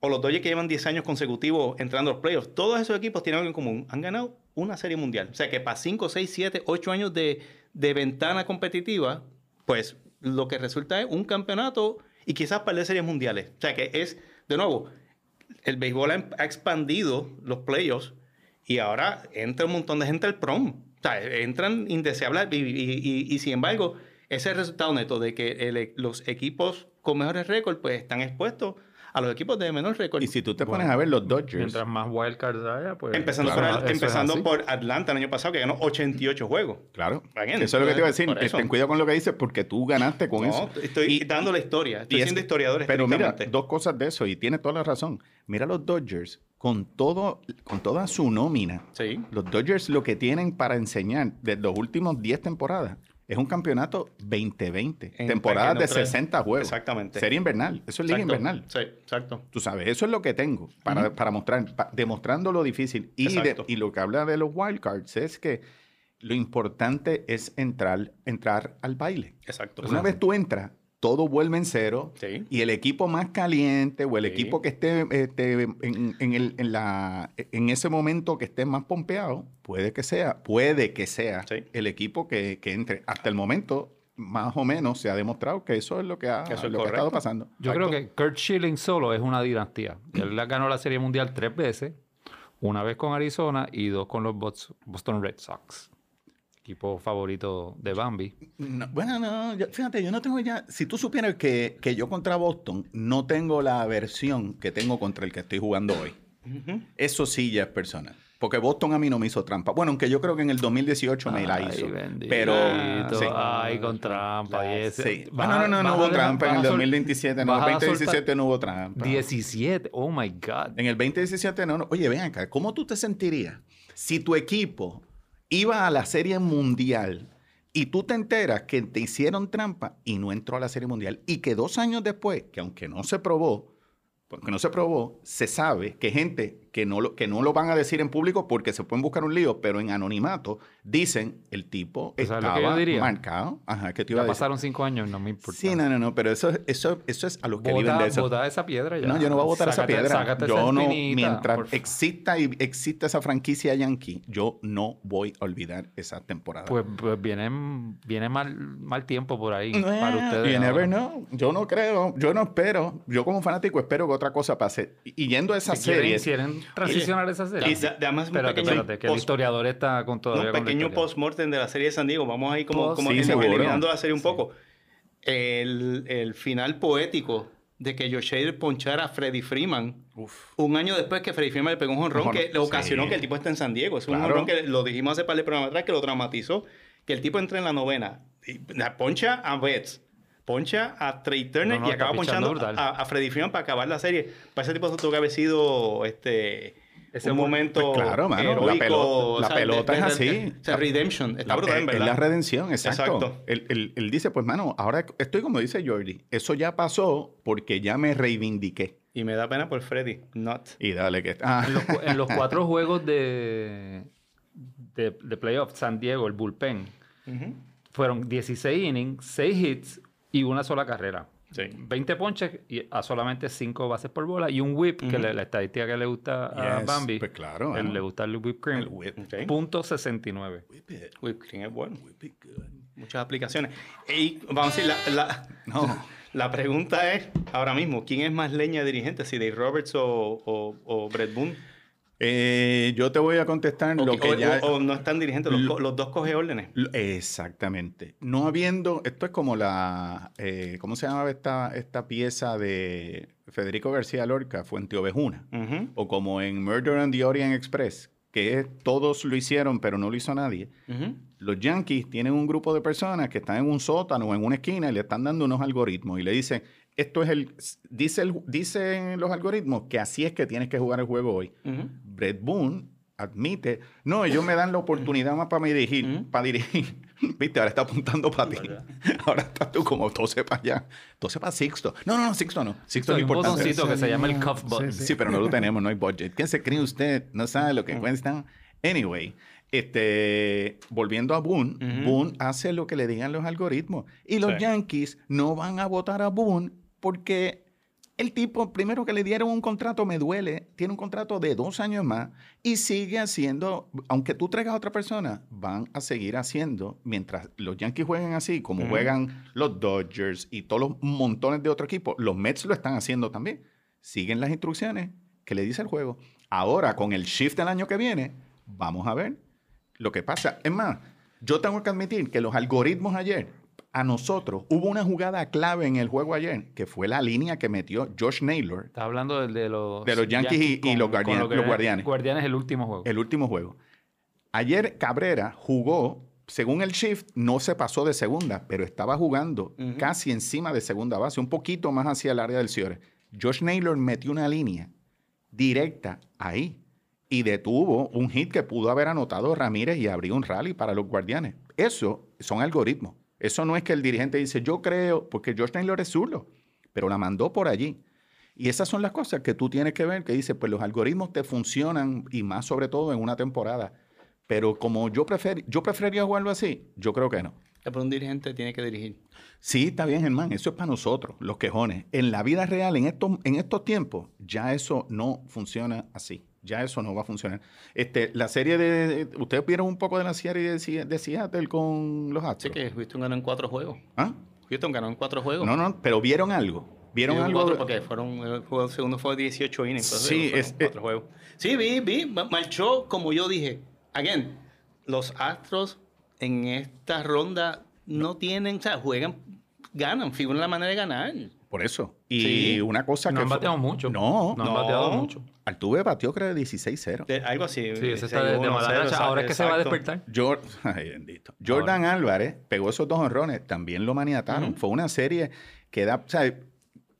Speaker 3: o los Dodgers que llevan 10 años consecutivos entrando a los playoffs, todos esos equipos tienen algo en común. Han ganado una serie mundial. O sea que para 5, 6, 7, 8 años de, de ventana competitiva, pues lo que resulta es un campeonato y quizás para de series mundiales. O sea que es, de nuevo, el béisbol ha, ha expandido los playoffs y ahora entra un montón de gente al prom. O sea, e, entran indeseables y, y- y- y sin embargo, ese resultado neto de que el- e, los equipos con mejores récords pues están expuestos a los equipos de menor récord.
Speaker 4: Y si tú te pones a ver los Dodgers,
Speaker 2: Mientras más wildcards haya, pues.
Speaker 3: empezando
Speaker 4: Claro,
Speaker 3: por,
Speaker 2: eso
Speaker 3: el-
Speaker 2: es
Speaker 3: empezando
Speaker 2: así.
Speaker 3: por Atlanta el año pasado que ganó 88 juegos.
Speaker 4: claro,
Speaker 3: Again,
Speaker 4: eso es lo que te iba a decir.
Speaker 3: eh, por eso.
Speaker 4: Ten cuidado con lo que dices porque tú ganaste con
Speaker 3: No,
Speaker 4: eso.
Speaker 3: estoy
Speaker 4: Y-
Speaker 3: dando la historia, estoy
Speaker 4: y es
Speaker 3: siendo
Speaker 4: que-
Speaker 3: historiador
Speaker 4: Pero mira,
Speaker 3: estrictamente.
Speaker 4: dos cosas de eso y tiene toda la razón. Mira los Dodgers con todo con toda su nómina.
Speaker 3: Sí.
Speaker 4: Los Dodgers lo que tienen para enseñar de los últimos 10 temporadas es un campeonato 2020,
Speaker 3: En
Speaker 4: temporada
Speaker 3: parque
Speaker 4: de
Speaker 3: neutral.
Speaker 4: 60 juegos.
Speaker 3: Exactamente.
Speaker 4: Serie invernal, eso es liga
Speaker 3: Exacto.
Speaker 4: invernal.
Speaker 3: Sí, exacto.
Speaker 4: Tú sabes, eso es lo que tengo para, para mostrar, pa- demostrando lo difícil. Y, de-
Speaker 3: Exacto.
Speaker 4: y lo que habla de los wildcards es que lo importante es entrar, entrar al baile.
Speaker 3: Exacto.
Speaker 4: Una vez tú entras, todo vuelve en cero
Speaker 3: Sí.
Speaker 4: y el equipo más caliente o el
Speaker 3: Sí.
Speaker 4: equipo que esté este, en, en el- en la, en ese momento que esté más pompeado, puede que sea, puede que sea
Speaker 3: Sí.
Speaker 4: el equipo que, que entre. Hasta el momento, más o menos, se ha demostrado que eso es lo que ha,
Speaker 3: Que eso es
Speaker 4: lo que ha
Speaker 3: correcto.
Speaker 4: estado pasando.
Speaker 2: Yo creo que Kurt Schilling solo es una dinastía. Él la- ganó la Serie Mundial tres veces, una vez con Arizona y dos con los Bots- Boston Red Sox, equipo favorito de Bambi.
Speaker 4: No, bueno, no, yo- fíjate, yo no tengo ya. Si tú supieras que, que yo contra Boston no tengo la aversión que tengo contra el que estoy jugando hoy. Eso sí ya es personal. Porque Boston a mí no me hizo trampa. Bueno, aunque yo creo que en el 2018 me la
Speaker 2: Ay,
Speaker 4: hizo.
Speaker 2: bendito.
Speaker 4: Pero. sí.
Speaker 2: Ay, con trampa. y ese-
Speaker 4: Sí.
Speaker 2: Vas
Speaker 4: Ah,
Speaker 2: a-
Speaker 4: no, no,
Speaker 2: vas
Speaker 4: no, no
Speaker 2: a
Speaker 4: hubo
Speaker 2: sol-
Speaker 4: trampa. En
Speaker 2: vas
Speaker 4: el
Speaker 2: a sol-
Speaker 4: 2017 no, en
Speaker 2: vas
Speaker 4: el
Speaker 2: a soltar
Speaker 4: 2017 no hubo trampa.
Speaker 2: 17. Oh my God.
Speaker 4: En el 2017 no, no. Oye, ven acá, ¿cómo tú te sentirías si tu equipo iba a la Serie Mundial y tú te enteras que te hicieron trampa y no entró a la Serie Mundial y que dos años después, que aunque no se probó, porque no se probó, se sabe que gente que no, lo, que no lo van a decir en público porque se pueden buscar un lío, pero en anonimato dicen el tipo
Speaker 2: ¿Tú sabes lo que yo
Speaker 4: estaba
Speaker 2: diría?
Speaker 4: marcado. Ajá, que te iba
Speaker 2: Ya
Speaker 4: a decir.
Speaker 2: pasaron cinco años, no me importa.
Speaker 4: Sí, no, no, no, pero eso, eso, eso es a los que viven
Speaker 2: Bota,
Speaker 4: de eso.
Speaker 2: bota esa piedra ya.
Speaker 4: No, yo no voy a votar esa
Speaker 2: Sácate-
Speaker 4: piedra.
Speaker 2: sácate
Speaker 4: yo
Speaker 2: esa
Speaker 4: no,
Speaker 2: espinita, por
Speaker 4: mientras
Speaker 2: favor.
Speaker 4: exista y exista esa franquicia yankee, yo no voy a olvidar esa temporada.
Speaker 2: Pues, pues viene, viene mal, mal tiempo por ahí
Speaker 4: Eh,
Speaker 2: para ustedes.
Speaker 4: you
Speaker 2: ahora.
Speaker 4: never know. Yo no creo, yo no espero. Yo como fanático espero que otra cosa pase. Y y yendo a esa
Speaker 2: Si quieren,
Speaker 4: serie,
Speaker 2: quieren transicionar esa serie.
Speaker 3: Y da- dame un
Speaker 2: espérate,
Speaker 3: pequeño
Speaker 2: espérate, que el
Speaker 3: post-
Speaker 2: historiador está con todavía
Speaker 3: un
Speaker 2: con la
Speaker 3: pequeño
Speaker 2: historia.
Speaker 3: post-mortem de la serie de San Diego. Vamos ahí como,
Speaker 2: Post-
Speaker 3: como
Speaker 4: Oh, Sí,
Speaker 3: en-
Speaker 4: seguro.
Speaker 3: eliminando la serie un poco. El, el final poético de que Josh Hader ponchara a Freddy Freeman un año después que Freddy Freeman le pegó un jonrón
Speaker 4: Jonrón,
Speaker 3: que le ocasionó
Speaker 4: sí.
Speaker 3: que el tipo esté en San Diego. Es un
Speaker 4: Claro.
Speaker 3: jonrón que lo dijimos hace par de programas atrás que lo dramatizó. Que el tipo entra en la novena. y la poncha a Betts. Poncha a Trey Turner
Speaker 2: No, no,
Speaker 3: y
Speaker 2: está
Speaker 3: acaba
Speaker 2: pichando
Speaker 3: ponchando
Speaker 2: brutal.
Speaker 3: a, a Freddy Freeman para acabar la serie. Para ese tipo eso tuvo que haber sido este
Speaker 2: Ese
Speaker 3: un momento
Speaker 4: Pues claro, mano, la
Speaker 3: heroico,
Speaker 4: pelota- la pelota es así.
Speaker 3: O sea, redemption. Está
Speaker 4: La-
Speaker 3: brutal,
Speaker 4: es-
Speaker 3: en
Speaker 4: es
Speaker 3: ¿verdad?
Speaker 4: la redención, exacto.
Speaker 3: Exacto.
Speaker 4: Él, él- él dice, pues, mano, ahora estoy como dice Jordi, eso ya pasó porque ya me reivindiqué.
Speaker 3: Y me da pena por Freddy. Not.
Speaker 4: Y dale que... Ah,
Speaker 2: En los, cu- en los cuatro juegos de, de, de playoff, San Diego, el bullpen, fueron 16 innings, 6 hits y una sola carrera.
Speaker 3: Sí.
Speaker 2: 20 ponches y a solamente 5 bases por bola y un whip, que le- la estadística que le gusta a
Speaker 4: Yes,
Speaker 2: Bambi.
Speaker 4: pues claro,
Speaker 2: el-
Speaker 4: mano.
Speaker 2: le gusta el whip cream.
Speaker 4: el whip.
Speaker 3: Eh, Ok.
Speaker 2: Punto 69.
Speaker 3: Whipped cream es bueno. Muchas aplicaciones. Y vamos a decir, la, la,
Speaker 4: No.
Speaker 3: la pregunta es ahora mismo, ¿quién es más leña de dirigente? ¿Si Dave Roberts o, o, o Brett Boone?
Speaker 4: Eh, yo te voy a contestar
Speaker 3: O,
Speaker 4: lo que
Speaker 3: o-
Speaker 4: ya...
Speaker 3: o- o no están dirigentes, los, co- los dos coge órdenes.
Speaker 4: Lo- Exactamente. No habiendo, esto es como la, eh, ¿cómo se llamaba esta, esta pieza de Federico García Lorca, Fuente Ovejuna?
Speaker 3: Ujú.
Speaker 4: O como en Murder on the Orient Express, que es, todos lo hicieron pero no lo hizo nadie.
Speaker 3: Ujú.
Speaker 4: Los Yankees tienen un grupo de personas que están en un sótano o en una esquina y le están dando unos algoritmos y le dicen, esto es el, dice el- dicen los algoritmos que así es que tienes que jugar el juego hoy.
Speaker 3: Ujú.
Speaker 4: Brett Boone admite, no, ellos me dan la oportunidad más para dirigir,
Speaker 3: Ujú.
Speaker 4: para dirigir. Viste, ahora está apuntando para ti. Ahora estás tú como 12 para allá. 12 para Sixto. No, no, no, Sixto no. Sixto
Speaker 2: Hay
Speaker 4: es
Speaker 2: un
Speaker 4: importante.
Speaker 2: botoncito que se llama el cuff
Speaker 6: Sí,
Speaker 2: button.
Speaker 6: sí.
Speaker 4: Sí, pero no lo tenemos, no hay budget. ¿Qué se cree usted? No sabe lo que cuesta. Anyway, este, volviendo a Boone,
Speaker 3: Ujú.
Speaker 4: Boone hace lo que le digan los algoritmos. Y los
Speaker 3: Sí.
Speaker 4: Yankees no van a votar a Boone porque el tipo, primero que le dieron un contrato, me duele, tiene un contrato de dos años más y sigue haciendo, aunque tú traigas a otra persona, van a seguir haciendo, mientras los Yankees jueguen así, como
Speaker 3: Ujú.
Speaker 4: juegan los Dodgers y todos los montones de otro equipo, los Mets lo están haciendo también. Siguen las instrucciones que le dice el juego. Ahora, con el shift del año que viene, vamos a ver lo que pasa. Es más, yo tengo que admitir que los algoritmos ayer, a nosotros, hubo una jugada clave en el juego ayer, que fue la línea que metió Josh Naylor,
Speaker 2: Estás hablando del de los,
Speaker 4: De los Yankees y- y los guardianes-
Speaker 2: lo que
Speaker 4: los
Speaker 2: era-
Speaker 4: guardianes.
Speaker 2: Guardianes el último juego.
Speaker 4: el último juego. Ayer Cabrera jugó, según el shift, no se pasó de segunda, pero estaba jugando
Speaker 3: Ujú.
Speaker 4: casi encima de segunda base, un poquito más hacia el área del cierre. Josh Naylor metió una línea directa ahí y detuvo un hit que pudo haber anotado Ramírez y abrió un rally para los guardianes. Eso son algoritmos. Eso no es que el dirigente dice, yo creo, porque Josh Naylor es zurdo, pero la mandó por allí. Y esas son las cosas que tú tienes que ver, que dices, pues los algoritmos te funcionan y más sobre todo en una temporada. Pero como yo, prefer, yo preferiría jugarlo así, yo creo que no.
Speaker 3: Eh, Pero un dirigente tiene que dirigir.
Speaker 4: Sí, está bien, Germán. Eso es para nosotros, los quejones. En la vida real, en estos, en estos tiempos, ya eso no funciona así. Ya eso no va a funcionar. Este, la serie de. Ustedes vieron un poco de la serie de, Sie- de Seattle con los
Speaker 3: Así
Speaker 4: Astros.
Speaker 3: que Houston ganó en cuatro juegos.
Speaker 4: ¿Ah?
Speaker 3: Houston ganó en cuatro juegos.
Speaker 4: No, no, pero vieron algo. Vieron
Speaker 3: Dieron
Speaker 4: algo.
Speaker 3: cuatro porque fueron, el, juego, el segundo fue 18 innings. entonces
Speaker 4: Sí,
Speaker 3: fueron
Speaker 4: es- eh,
Speaker 3: cuatro juegos. Sí, vi, vi, ma- marchó como yo dije. Again, los Astros en esta ronda no tienen, o sea, juegan, ganan, figuran la manera de ganar.
Speaker 4: Por eso. Y
Speaker 3: Sí.
Speaker 4: una cosa
Speaker 2: No
Speaker 4: que.
Speaker 2: han
Speaker 4: fue-
Speaker 2: bateado mucho.
Speaker 4: No,
Speaker 2: no han
Speaker 3: no.
Speaker 2: bateado mucho.
Speaker 4: Altuve batió, creo, 16-0.
Speaker 3: De- algo así. eh,
Speaker 2: Sí, ese está de, de
Speaker 3: 6-1,
Speaker 2: mala
Speaker 3: 0,
Speaker 2: racha.
Speaker 3: exacto,
Speaker 2: Ahora es que se va a
Speaker 3: exacto.
Speaker 2: despertar.
Speaker 4: Jor- Ay, bendito. Jordan Álvarez pegó esos dos honrones, también lo maniataron. Fue una serie que da, o sea,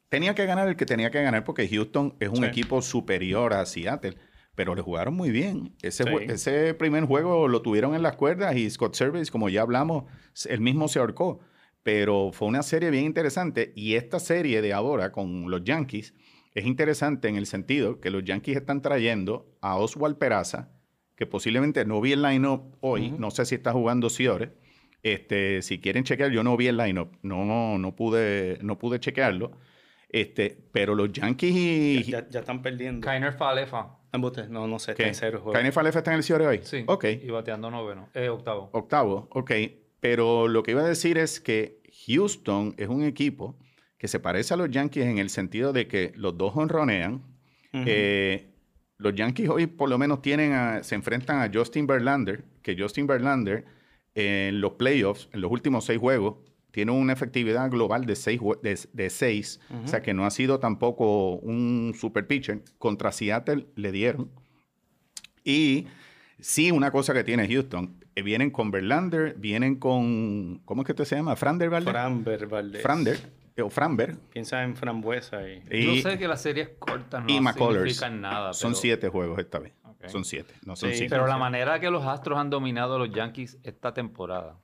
Speaker 4: tenía que ganar el que tenía que ganar porque Houston es un
Speaker 3: Sí.
Speaker 4: equipo superior a Seattle, pero le jugaron muy bien. Ese,
Speaker 3: Sí.
Speaker 4: jue- ese primer juego lo tuvieron en las cuerdas y Scott Service, como ya hablamos, s- él mismo se ahorcó. Pero fue una serie bien interesante y esta serie de ahora con los Yankees es interesante en el sentido que los Yankees están trayendo a Oswald Peraza, que posiblemente no vi el line-up hoy, no sé si está jugando Ciore. Este, si quieren chequear, yo no vi el line-up, no, no, no, pude, no pude chequearlo. Este, pero los Yankees y...
Speaker 3: Ya, ya- ya están perdiendo.
Speaker 2: Kainer Falefa.
Speaker 3: Embuste, No, no sé, está
Speaker 4: ¿Qué?
Speaker 3: en cero el juego.
Speaker 4: ¿Caine Falefa está en el Ciore hoy?
Speaker 2: Sí.
Speaker 4: Ok.
Speaker 2: Y bateando noveno. Eh, octavo.
Speaker 4: Octavo, ok. Pero lo que iba a decir es que Houston es un equipo que se parece a los Yankees en el sentido de que los dos honronean.
Speaker 3: Ujú.
Speaker 4: Eh, los Yankees hoy por lo menos tienen a- se enfrentan a Justin Verlander, que Justin Verlander eh, en los playoffs, en los últimos seis juegos, tiene una efectividad global de seis, jue- de, de seis o sea que no ha sido tampoco un super pitcher. Contra Seattle le dieron. Y sí, una cosa que tiene Houston, eh, vienen con Verlander, vienen con, ¿cómo es que usted se llama? Frander, ¿vale?
Speaker 3: Framber Valdez.
Speaker 4: Frander, eh, o Framberg.
Speaker 3: Piensa en frambuesa y...
Speaker 4: Y,
Speaker 2: Yo sé que las series cortas no
Speaker 4: y McCullers.
Speaker 2: significan nada.
Speaker 4: Son
Speaker 2: pero-
Speaker 4: siete juegos esta vez.
Speaker 2: Ok.
Speaker 4: Son siete, no son
Speaker 3: Sí,
Speaker 4: cinco.
Speaker 2: Pero la manera que los Astros han dominado a los Yankees esta temporada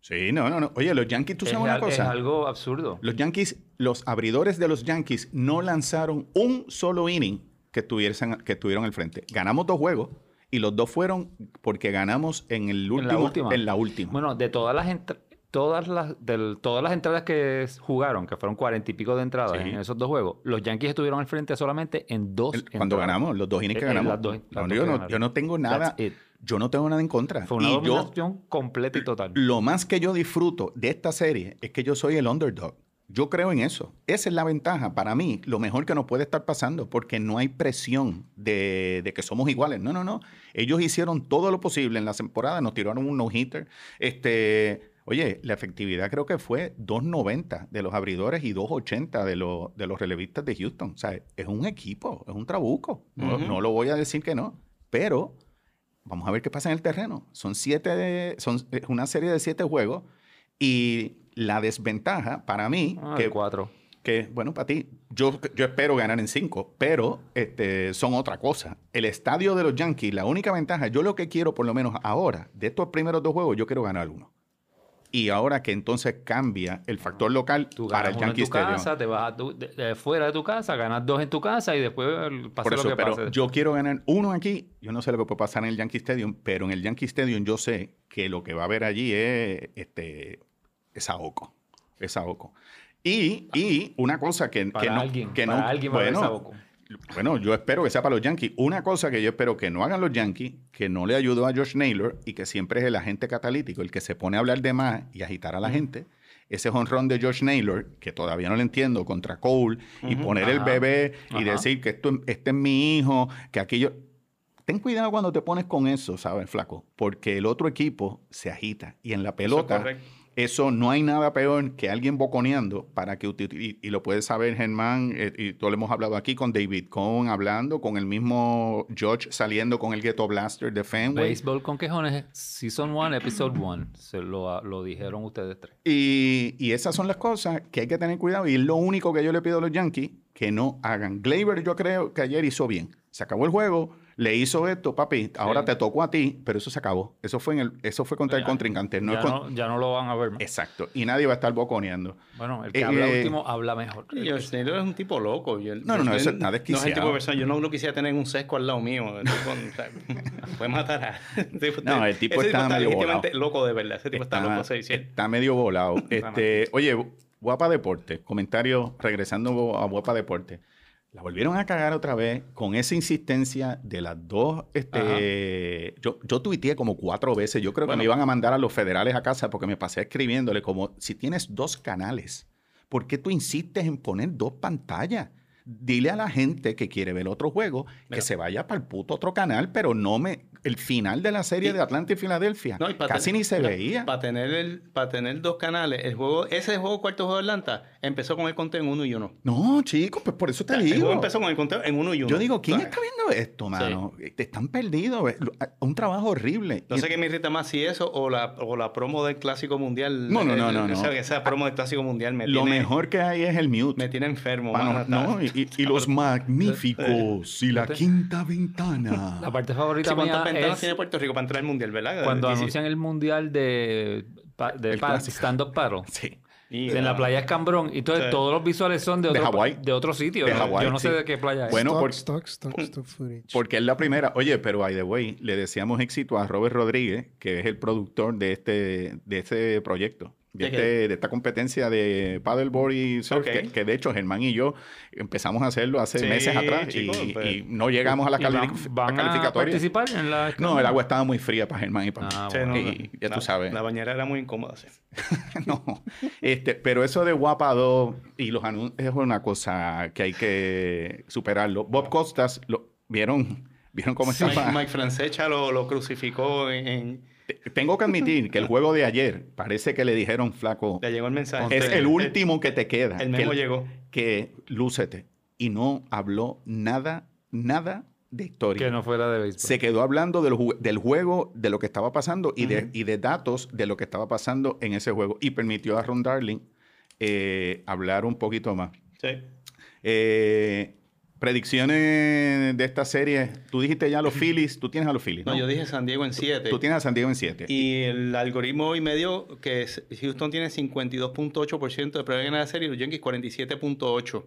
Speaker 4: Sí, no, no, no. Oye, los Yankees, tú
Speaker 2: es,
Speaker 4: sabes una
Speaker 2: al- es
Speaker 4: cosa.
Speaker 2: algo absurdo.
Speaker 4: Los Yankees, los abridores de los Yankees no lanzaron un solo inning que, tuviesen, que estuvieron al frente. Ganamos dos juegos y los dos fueron porque ganamos en el último.
Speaker 2: última.
Speaker 4: en la última.
Speaker 2: Bueno, de todas las entr- todas las del- todas las entradas que s- jugaron, que fueron cuarenta y pico de entradas
Speaker 4: Sí.
Speaker 2: en esos dos juegos, los Yankees estuvieron al frente solamente en dos.
Speaker 4: El- cuando
Speaker 2: entradas.
Speaker 4: ganamos, los dos innings que
Speaker 2: pues, Eh, eh,
Speaker 4: ganamos.
Speaker 2: las dos- las dos
Speaker 4: No, yo,
Speaker 2: que
Speaker 4: no,
Speaker 2: ganaron.
Speaker 4: yo no tengo nada.
Speaker 2: That's it.
Speaker 4: Yo no tengo nada en contra.
Speaker 2: Fue una
Speaker 4: y yo,
Speaker 2: dominación completa y total.
Speaker 4: lo más que yo disfruto de esta serie es que yo soy el underdog. Yo creo en eso. Esa es la ventaja. Para mí, lo mejor que nos puede estar pasando, porque no hay presión de, de que somos iguales. No, no, no. Ellos hicieron todo lo posible en la temporada. Nos tiraron un no-hitter. Este, oye, la efectividad creo que fue 2.90 de los abridores y 2.80 de, los de los relevistas de Houston. O sea, es un equipo, es un trabuco. No-
Speaker 3: Ujú.
Speaker 4: no lo voy a decir que no. Pero vamos a ver qué pasa en el terreno. Son siete, de- son es una serie de siete juegos y la desventaja para mí,
Speaker 2: Ah, de
Speaker 4: que,
Speaker 2: cuatro.
Speaker 4: que, bueno, para ti, yo, yo espero ganar en cinco, pero este, son otra cosa. El estadio de los Yankees, la única ventaja, yo lo que quiero por lo menos ahora, de estos primeros dos juegos, yo quiero ganar uno. Y ahora que entonces cambia el factor local
Speaker 2: Tú
Speaker 4: para
Speaker 2: ganas
Speaker 4: el
Speaker 2: uno en
Speaker 4: Yankee
Speaker 2: tu
Speaker 4: Stadium.
Speaker 2: casa, te vas a tu- de- de fuera de tu casa, ganas dos en tu casa y después eh, el- pase
Speaker 4: Por eso,
Speaker 2: lo que
Speaker 4: pero
Speaker 2: pase.
Speaker 4: yo quiero ganar uno aquí. Yo no sé lo que puede pasar en el Yankee Stadium, pero en el Yankee Stadium yo sé que lo que va a haber allí es este es ahogo. Es ahogo. Y, y una cosa que, que
Speaker 2: para
Speaker 4: no.
Speaker 2: alguien,
Speaker 4: que no-
Speaker 2: para alguien va a haber
Speaker 4: bueno,
Speaker 2: Saboco.
Speaker 4: bueno, yo espero que sea para los Yankees. Una cosa que yo espero que no hagan los Yankees, que no le ayudó a Josh Naylor y que siempre es el agente catalítico, el que se pone a hablar de más y agitar a la gente. Ese jonrón de Josh Naylor, que todavía no lo entiendo, contra Cole, y poner el
Speaker 2: Ajá.
Speaker 4: bebé y
Speaker 2: Ajá.
Speaker 4: decir que esto, este es mi hijo, que aquello. Ten cuidado cuando te pones con eso, ¿sabes, flaco? Porque el otro equipo se agita y en la pelota.
Speaker 3: correcto.
Speaker 4: Eso no hay nada peor que alguien boconeando para que uti- y, y lo puede saber Germán, eh, y todo lo hemos hablado aquí con David Cohn hablando, con el mismo George saliendo con el Ghetto Blaster de Fenway.
Speaker 2: Baseball con quejones, Season 1, Episode 1. Se lo, lo dijeron ustedes tres.
Speaker 4: Y, y esas son las cosas que hay que tener cuidado y es lo único que yo le pido a los Yankees que no hagan. Gleyber yo creo que ayer hizo bien. Se acabó el juego, le hizo esto, papi, ahora
Speaker 2: Sí.
Speaker 4: te tocó a ti, pero eso se acabó. Eso fue, en el, eso fue contra el
Speaker 2: Ya-
Speaker 4: contrincante. No
Speaker 2: ya,
Speaker 4: es con-
Speaker 2: no, ya no lo van a ver más.
Speaker 4: Exacto. Y nadie va a estar boconeando.
Speaker 2: Bueno, el que
Speaker 4: Eh,
Speaker 2: habla
Speaker 4: eh,
Speaker 2: último habla mejor.
Speaker 3: Y Josh Naylor es un tipo loco. Yo-
Speaker 4: No, no, no,
Speaker 3: yo-
Speaker 4: eso está
Speaker 3: No es el tipo
Speaker 4: desquiciado.
Speaker 3: de persona. Yo no lo quisiera tener en un sesco al lado mío. el tipo, o sea, Puede matar a.
Speaker 4: No, el tipo
Speaker 3: ese
Speaker 4: está medio
Speaker 3: legítimamente loco de verdad. Ese tipo está, loco. Se dice.
Speaker 4: está medio volado. Este, oye, Guapa Deporte, comentario regresando a Guapa Deporte. La volvieron a cagar otra vez con esa insistencia de las dos. Este, yo, yo tuiteé como cuatro veces. Yo creo que
Speaker 3: Bueno.
Speaker 4: me iban a mandar a los federales a casa porque me pasé escribiéndole como si tienes dos canales. ¿Por qué tú insistes en poner dos pantallas? Dile a la gente que quiere ver otro juego que se vaya para el puto otro canal, pero no me. El final de la serie
Speaker 3: Y-
Speaker 4: de Atlanta y Filadelfia
Speaker 3: No, y pa'
Speaker 4: casi
Speaker 3: ten-
Speaker 4: ni se
Speaker 3: la-
Speaker 4: veía.
Speaker 3: Para tener, el, para tener dos canales, el juego, ese juego, cuarto juego de Atlanta, empezó con el conteo en uno y uno.
Speaker 4: No, chicos, pues por eso te
Speaker 3: El
Speaker 4: digo.
Speaker 3: juego empezó con el conteo en uno y uno.
Speaker 4: Yo digo, ¿quién
Speaker 3: O sea,
Speaker 4: está viendo esto, mano? Te están perdidos. ve- lo- a- Un trabajo horrible.
Speaker 3: No
Speaker 4: Y-
Speaker 3: sé qué me irrita más si eso o la, o la promo del Clásico Mundial. Eh,
Speaker 4: No, no, no,
Speaker 3: El-
Speaker 4: no,
Speaker 3: el-
Speaker 4: no.
Speaker 3: Esa, esa promo del Clásico Mundial me,
Speaker 4: lo
Speaker 3: tiene,
Speaker 4: mejor que hay es el mute.
Speaker 3: me tiene enfermo.
Speaker 4: Mano,
Speaker 3: mano, está-
Speaker 4: no, y, y- y los magníficos y la
Speaker 2: Fíjate.
Speaker 4: quinta ventana.
Speaker 2: La parte favorita
Speaker 3: Sí, ¿Cuántas
Speaker 2: mía
Speaker 3: ventanas
Speaker 2: es
Speaker 3: tiene Puerto Rico para entrar al Mundial, verdad?
Speaker 2: cuando
Speaker 3: Dieci-
Speaker 2: anuncian el mundial de, pa- de
Speaker 4: El
Speaker 2: pa-
Speaker 4: clásico.
Speaker 2: stand-up paddle.
Speaker 4: Sí.
Speaker 3: Y-
Speaker 2: En la playa Escambrón. Y entonces
Speaker 3: Sí.
Speaker 2: todos los visuales son de
Speaker 4: De
Speaker 2: otro,
Speaker 4: Hawái.
Speaker 2: de otro sitio.
Speaker 4: De
Speaker 2: ¿no?
Speaker 4: Hawái,
Speaker 2: Yo no sé
Speaker 4: sí.
Speaker 2: de qué playa es.
Speaker 4: Bueno,
Speaker 6: stock,
Speaker 4: por-
Speaker 6: stock, stock, stock footage.
Speaker 4: Porque es la primera. Oye, pero by the way, le deseamos éxito a Robert Rodríguez, que es el productor de este, de este proyecto, de,
Speaker 3: ¿De qué?
Speaker 4: este- de esta competencia de paddleboard y surf,
Speaker 3: Ok.
Speaker 4: que, que de hecho Germán y yo empezamos a hacerlo hace
Speaker 3: Sí,
Speaker 4: meses atrás
Speaker 3: chicos,
Speaker 4: y,
Speaker 3: pues.
Speaker 4: y no llegamos a la,
Speaker 2: Y van-
Speaker 4: calific- a
Speaker 2: van, a
Speaker 4: calificatoria.
Speaker 2: participar en la...
Speaker 4: no, el agua estaba muy fría para Germán y para mí.
Speaker 2: Ah,
Speaker 3: Sí,
Speaker 2: bueno.
Speaker 3: no,
Speaker 4: Y-
Speaker 3: no,
Speaker 4: ya tú
Speaker 3: la-
Speaker 4: sabes.
Speaker 3: La bañera era muy incómoda. sí.
Speaker 4: No. Este, pero eso de Guapa 2 y los anuncios es una cosa que hay que superarlo. Bob Costas, lo, ¿vieron? ¿Vieron cómo
Speaker 3: Mike,
Speaker 4: estaba?
Speaker 3: Mike Francesca lo, lo crucificó en, en-
Speaker 4: Te- Tengo que admitir que el juego de ayer parece que le dijeron flaco.
Speaker 3: Le llegó el mensaje.
Speaker 4: Es el último que te queda.
Speaker 3: El memo
Speaker 4: que,
Speaker 3: llegó.
Speaker 4: Que lúcete. Y no habló nada, nada de historia.
Speaker 2: Que no fuera de béisbol.
Speaker 4: Se quedó hablando del, ju- del juego, de lo que estaba pasando y, de, y de datos de lo que estaba pasando en ese juego. Y permitió a Ron Darling eh, hablar un poquito más.
Speaker 3: Sí.
Speaker 4: Eh, predicciones de esta serie. Tú dijiste ya a los Phillies. Tú tienes a los Phillies.
Speaker 3: No,
Speaker 4: No,
Speaker 3: yo dije San Diego en 7.
Speaker 4: Tú tienes a San Diego en 7.
Speaker 3: Y el algoritmo hoy me dio que es- Houston tiene 52.8% de probabilidad de ganar la serie y los Yankees 47.8%.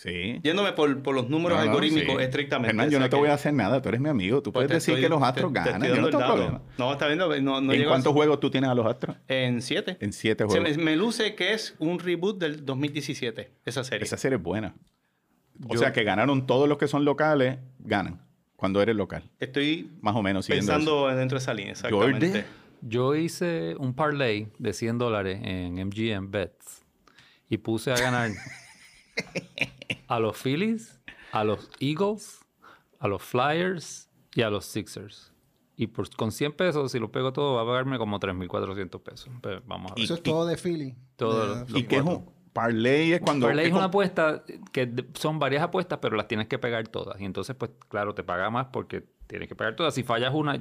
Speaker 4: Sí.
Speaker 3: Yéndome por, por los números
Speaker 4: No, no,
Speaker 3: algorítmicos
Speaker 4: sí.
Speaker 3: estrictamente.
Speaker 4: Hernán, yo
Speaker 3: o sea
Speaker 4: no te
Speaker 3: que-
Speaker 4: voy a hacer nada. Tú eres mi amigo. Tú
Speaker 3: pues,
Speaker 4: puedes
Speaker 3: te
Speaker 4: decir
Speaker 3: estoy-
Speaker 4: que los
Speaker 3: te-
Speaker 4: Astros
Speaker 3: te
Speaker 4: ganan.
Speaker 3: estoy
Speaker 4: yo no
Speaker 3: dando el
Speaker 4: tengo
Speaker 3: dato.
Speaker 4: problema.
Speaker 3: No, está viendo, no, no
Speaker 4: ¿En
Speaker 3: llego a-
Speaker 4: cuántos juegos tú tienes a los Astros?
Speaker 3: En 7.
Speaker 4: En
Speaker 3: Se
Speaker 4: 7 juegos.
Speaker 3: me, me luce que es un reboot del 2017, esa serie.
Speaker 4: Esa serie es buena. O
Speaker 2: Yo-
Speaker 4: sea que ganaron todos los que son locales, ganan. Cuando eres local.
Speaker 3: Estoy
Speaker 4: Más o menos siguiendo eso.
Speaker 3: pensando dentro de esa línea, exactamente.
Speaker 4: Jordi.
Speaker 2: Yo hice un parlay de 100 dólares en MGM Bets y puse a ganar a los Phillies, a los Eagles, a los Flyers y a los Sixers. Y por- con 100 pesos, si lo pego todo, va a pagarme como 3.400 pesos. Pero vamos a ver.
Speaker 6: Eso es todo de Philly.
Speaker 2: Todo
Speaker 6: De-
Speaker 2: lo- los
Speaker 4: ¿Y qué es
Speaker 2: cuatro.
Speaker 4: un parlay? Es cuando.
Speaker 2: Parlay
Speaker 4: es
Speaker 2: es una
Speaker 4: como-
Speaker 2: apuesta que de- son varias apuestas, pero las tienes que pegar todas. Y entonces, pues claro, te paga más porque tienes que pegar todas. Si fallas una,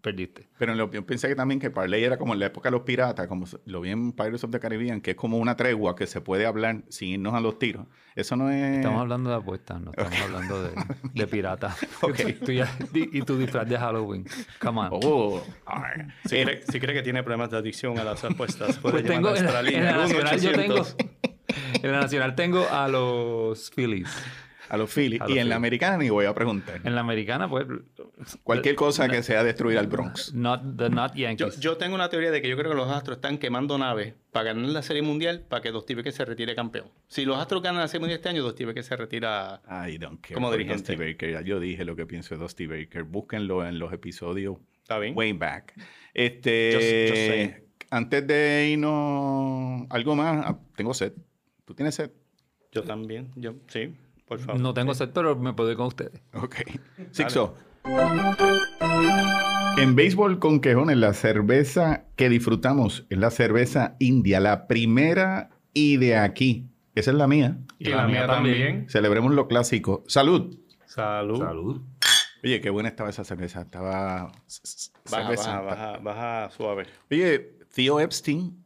Speaker 2: perdiste.
Speaker 4: Pero en la opinión pensé que también que Parley era como en la época de los piratas, como se- lo vi en Pirates of the Caribbean, que es como una tregua que se puede hablar sin irnos a los tiros. Eso no es.
Speaker 2: Estamos hablando de apuestas, no estamos hablando de, de piratas.
Speaker 4: Ok.
Speaker 2: Tú ya- di- y tu disfraz de Halloween. Come on.
Speaker 4: Oh, ar.
Speaker 3: Si
Speaker 4: Eh,
Speaker 3: cree, si cree que tiene problemas de adicción a las apuestas, puede
Speaker 2: Pues
Speaker 3: llamar
Speaker 2: tengo,
Speaker 3: a
Speaker 2: en,
Speaker 3: nuestra
Speaker 2: la, en
Speaker 3: línea.
Speaker 2: la nacional yo tengo,
Speaker 3: 1-800.
Speaker 2: en la nacional tengo a los Phillies.
Speaker 4: a los Phillies.
Speaker 2: A
Speaker 4: y
Speaker 2: los
Speaker 4: en la
Speaker 2: Phillies.
Speaker 4: americana ni voy a preguntar.
Speaker 2: En la americana, pues,
Speaker 4: Cualquier cosa que sea destruir al Bronx.
Speaker 2: not, the not
Speaker 3: Yo,
Speaker 2: Yankees.
Speaker 3: yo tengo una teoría de que yo creo que los Astros están quemando naves para ganar la Serie Mundial para que Dos que se retire campeón. Si los Astros ganan la Serie Mundial este año, Dos que se retira.
Speaker 4: I don't care.
Speaker 3: Como
Speaker 4: por
Speaker 3: dirigente.
Speaker 4: Dusty Baker. Ya Yo dije lo que pienso de Dusty Baker. Búsquenlo en los episodios
Speaker 3: ¿Está bien?
Speaker 4: way back. Este,
Speaker 3: Just- just saying.
Speaker 4: antes de irnos, algo más. Ah, Tengo sed. ¿Tú tienes sed?
Speaker 3: Yo también. Yo, sí, por favor.
Speaker 2: no tengo set, pero me puedo ir con ustedes.
Speaker 4: Ok. Sixo. En béisbol con quejones, la cerveza que disfrutamos es la cerveza india, la primera y de aquí. Esa es la mía.
Speaker 3: Y la mía también.
Speaker 4: Celebremos lo clásico. Salud.
Speaker 3: Salud.
Speaker 2: Salud.
Speaker 4: Oye, qué buena estaba esa cerveza. Estaba.
Speaker 3: Baja, baja,
Speaker 4: cerveza.
Speaker 3: baja, baja suave.
Speaker 4: Oye, Theo Epstein.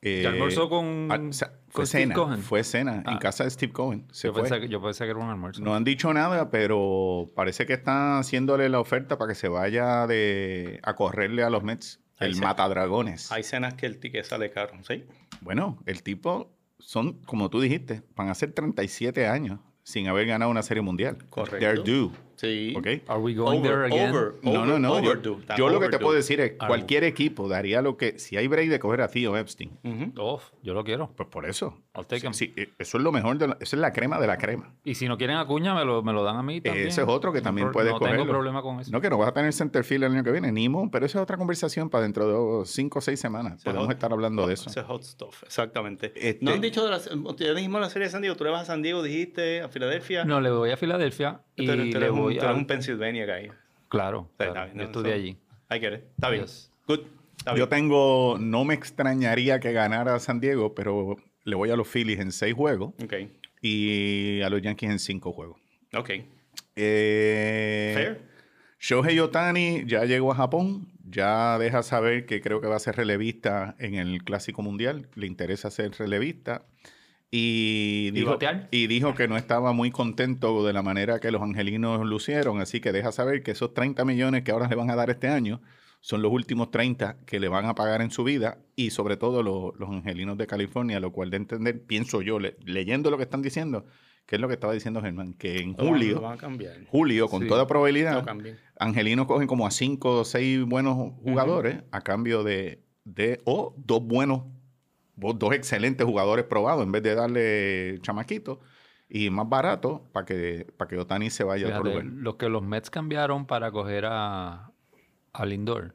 Speaker 4: eh,
Speaker 2: ¿Ya almorzó con-
Speaker 4: al- sa- fue
Speaker 2: con Steve
Speaker 4: cena,
Speaker 2: Cohen?
Speaker 4: Fue cena en
Speaker 2: Ah.
Speaker 4: casa de Steve Cohen. Se
Speaker 2: Yo
Speaker 4: fue.
Speaker 2: pensé, que, yo pensé que era un almuerzo.
Speaker 4: No han dicho nada, pero parece que están haciéndole la oferta para que se vaya de, a correrle a los Mets.
Speaker 3: Ahí
Speaker 4: el
Speaker 3: se-
Speaker 4: matadragones.
Speaker 3: Hay cenas que el ticket sale caro, ¿sí?
Speaker 4: Bueno, el tipo son, como tú dijiste, van a ser 37 años sin haber ganado una serie mundial.
Speaker 3: Correcto.
Speaker 4: They're due.
Speaker 3: Sí.
Speaker 4: ¿Ok?
Speaker 2: Are we going there again?
Speaker 4: No, no, no. Yo,
Speaker 3: overdue, está
Speaker 4: yo lo que te
Speaker 3: overdue.
Speaker 4: puedo decir es,
Speaker 2: Are-
Speaker 4: cualquier equipo daría lo que, si hay break de coger a Theo Epstein,
Speaker 3: Ujú.
Speaker 2: Uf, yo lo quiero.
Speaker 4: pues por eso.
Speaker 2: I'll take 'em.
Speaker 4: Sí, eh, eso es lo mejor, de la- eso es la crema de la crema.
Speaker 2: Y si no quieren acuña, me lo, me lo dan a mí también.
Speaker 4: Ese es otro que también
Speaker 2: no,
Speaker 4: puedes
Speaker 2: No
Speaker 4: cogerlo.
Speaker 2: tengo problema con eso.
Speaker 4: No, que no vas a tener center field el año que viene, ni mo, pero esa es otra conversación para dentro de cinco o seis semanas.
Speaker 3: Ese es
Speaker 4: Podemos
Speaker 3: hot-
Speaker 4: estar hablando de eso.
Speaker 3: Ese es hot stuff, exactamente.
Speaker 4: Este-
Speaker 3: No han dicho de la, ya dijimos la serie de San Diego, tú le vas a San Diego, dijiste, a Filadelfia.
Speaker 2: No, le voy a Filadelfia
Speaker 3: Tú
Speaker 2: y
Speaker 3: eres- tú
Speaker 2: le
Speaker 3: eres un-
Speaker 2: voy
Speaker 3: tú
Speaker 2: a...
Speaker 3: eres un Pennsylvania guy.
Speaker 2: Claro,
Speaker 3: O
Speaker 2: claro,
Speaker 3: sea, está bien,
Speaker 2: yo
Speaker 3: no,
Speaker 2: estudié
Speaker 3: eso-
Speaker 2: allí.
Speaker 3: I get it. Está bien.
Speaker 2: Yes.
Speaker 3: Good. Está
Speaker 4: Yo
Speaker 3: bien.
Speaker 4: tengo, no me extrañaría que ganara San Diego, pero le voy a los Phillies en seis juegos y a los Yankees en cinco juegos.
Speaker 3: Ok. Ok.
Speaker 4: Eh,
Speaker 3: Fair.
Speaker 4: Shohei Otani ya llegó a Japón, ya deja saber que creo que va a ser relevista en el Clásico Mundial, le interesa ser relevista. Y dijo,
Speaker 2: batear?
Speaker 4: y dijo que no estaba muy contento de la manera que los angelinos lucieron, así que deja saber que esos 30 millones que ahora le van a dar este año son los últimos 30 que le van a pagar en su vida y sobre todo lo- los angelinos de California, lo cual de entender, pienso yo, le- leyendo lo que están diciendo, que es lo que estaba diciendo Germán, que en
Speaker 3: Lo van- Lo
Speaker 4: julio,
Speaker 3: van a cambiar.
Speaker 4: julio con
Speaker 2: Sí.
Speaker 4: toda
Speaker 3: Lo
Speaker 4: probabilidad,
Speaker 3: cambian.
Speaker 4: Angelinos cogen como a cinco o seis buenos jugadores a cambio de, de o dos buenos, o dos excelentes jugadores probados en vez de darle chamaquito y más barato para que, para que Otani se vaya a otro
Speaker 2: Fíjate,
Speaker 4: lugar.
Speaker 2: los que los Mets cambiaron para coger a, a Lindor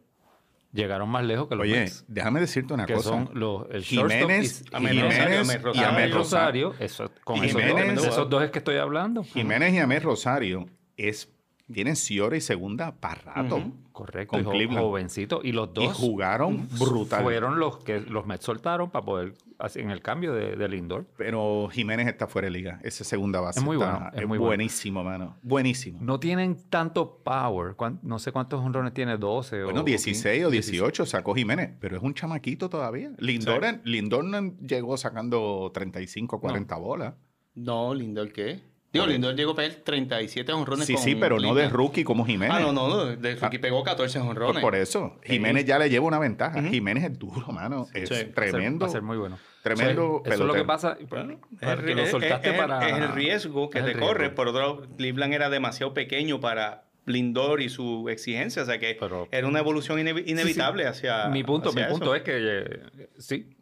Speaker 2: llegaron más lejos que los
Speaker 4: Oye,
Speaker 2: Mets.
Speaker 4: déjame decirte una
Speaker 2: Que
Speaker 4: cosa.
Speaker 2: son los el
Speaker 4: Jiménez,
Speaker 2: shortstop y-
Speaker 3: Amed
Speaker 4: Jiménez
Speaker 3: Rosario, Amed
Speaker 4: y Amed
Speaker 2: Amed
Speaker 4: Rosario.
Speaker 2: Rosario, eso, con
Speaker 4: Jiménez-
Speaker 2: esos, dos, de esos dos es que estoy hablando.
Speaker 4: Jiménez y Amés Rosario es tienen Ciora y segunda para rato.
Speaker 3: Ujú.
Speaker 2: Correcto.
Speaker 4: Con
Speaker 2: y jo-
Speaker 4: Cleveland.
Speaker 2: jovencito. Y los
Speaker 4: Y
Speaker 2: dos
Speaker 4: jugaron brutal.
Speaker 2: fueron los que los Mets soltaron para poder, así, en el cambio de, de Lindor.
Speaker 4: Pero Jiménez está fuera de liga. Esa segunda base.
Speaker 2: Es muy
Speaker 4: está-
Speaker 2: bueno, es
Speaker 4: es
Speaker 2: muy bueno.
Speaker 4: buenísimo, mano. Buenísimo.
Speaker 2: No tienen tanto power. cuán- no sé cuántos honrones tiene, 12
Speaker 4: Bueno,
Speaker 2: o
Speaker 4: 16
Speaker 2: 15,
Speaker 4: o 18 sacó Jiménez, pero es un chamaquito todavía. Lindor,
Speaker 3: Sí.
Speaker 4: Lindor no llegó sacando 35, 40 bolas.
Speaker 3: No, Lindor, ¿qué? Digo, Lindor llegó para él 37 honrones
Speaker 4: Sí,
Speaker 3: con
Speaker 4: sí, pero no de
Speaker 3: Cleveland.
Speaker 4: rookie como Jiménez.
Speaker 3: Ah, no, no, no. De Ricky
Speaker 4: Ah.
Speaker 3: pegó 14
Speaker 4: Por,
Speaker 3: honrones.
Speaker 4: por eso, Jiménez ya le lleva una ventaja. Jiménez es duro, mano. es
Speaker 3: sí.
Speaker 2: Va a
Speaker 3: Va a ser-
Speaker 2: ser-
Speaker 4: tremendo.
Speaker 2: Va a ser muy bueno.
Speaker 4: tremendo
Speaker 2: Eso es- eso es lo que
Speaker 4: pelotero.
Speaker 2: pasa.
Speaker 3: Bueno,
Speaker 2: para
Speaker 3: es-
Speaker 2: que lo
Speaker 3: es-
Speaker 2: soltaste
Speaker 3: es-
Speaker 2: para-
Speaker 3: es el riesgo que
Speaker 2: es el
Speaker 3: te corre.
Speaker 2: riesgo.
Speaker 3: Por otro lado, Cleveland era demasiado pequeño para Lindor y su exigencia. O sea que
Speaker 2: Pero-
Speaker 3: era una evolución inevi- inevitable hacia.
Speaker 2: mi punto, mi
Speaker 3: ah, hacia
Speaker 2: punto
Speaker 3: eso.
Speaker 2: es que eh, sí.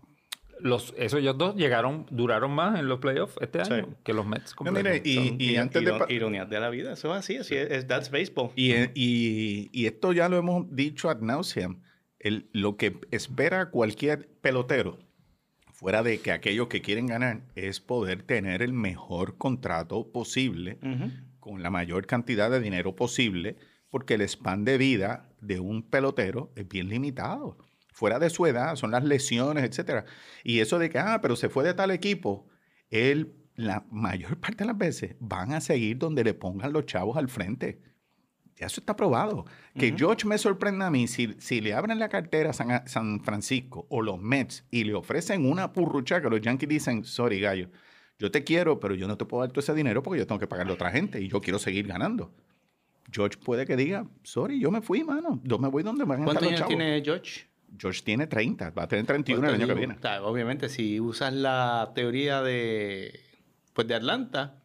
Speaker 2: Los, esos ellos dos llegaron, duraron más en los playoffs este
Speaker 3: Sí.
Speaker 2: año que los Mets.
Speaker 4: No, mire,
Speaker 2: completos.
Speaker 4: y,
Speaker 3: Son
Speaker 4: y
Speaker 3: iro-
Speaker 4: antes de...
Speaker 3: iro-
Speaker 4: pa-
Speaker 3: Ironía de la vida. Eso es así. así es, es- that's baseball.
Speaker 4: Y,
Speaker 2: eh,
Speaker 4: y- y esto ya lo hemos dicho ad nauseam. El- lo que espera cualquier pelotero, fuera de que aquellos que quieren ganar, es poder tener el mejor contrato posible,
Speaker 3: Ujú.
Speaker 4: con la mayor cantidad de dinero posible, porque el span de vida de un pelotero es bien limitado. Fuera de su edad, son las lesiones, etcétera. Y eso de que, ah, pero se fue de tal equipo, él, la mayor parte de las veces, van a seguir donde le pongan los chavos al frente. Ya eso está probado. Que George me sorprenda a mí, si, si le abren la cartera a San, a San Francisco o los Mets y le ofrecen una purrucha que los Yankees dicen, sorry gallo, yo te quiero, pero yo no te puedo dar todo ese dinero porque yo tengo que pagarle a otra gente y yo quiero seguir ganando. George puede que diga, sorry, yo me fui, mano. Yo me voy donde me van a estar
Speaker 3: ¿Cuántos
Speaker 4: los
Speaker 3: años
Speaker 4: chavos.
Speaker 3: tiene George?
Speaker 4: George tiene 30, va a tener 31
Speaker 3: Pues
Speaker 4: el
Speaker 3: te
Speaker 4: año que
Speaker 3: digo,
Speaker 4: viene.
Speaker 3: o sea, obviamente, si usas la teoría de, pues, de Atlanta,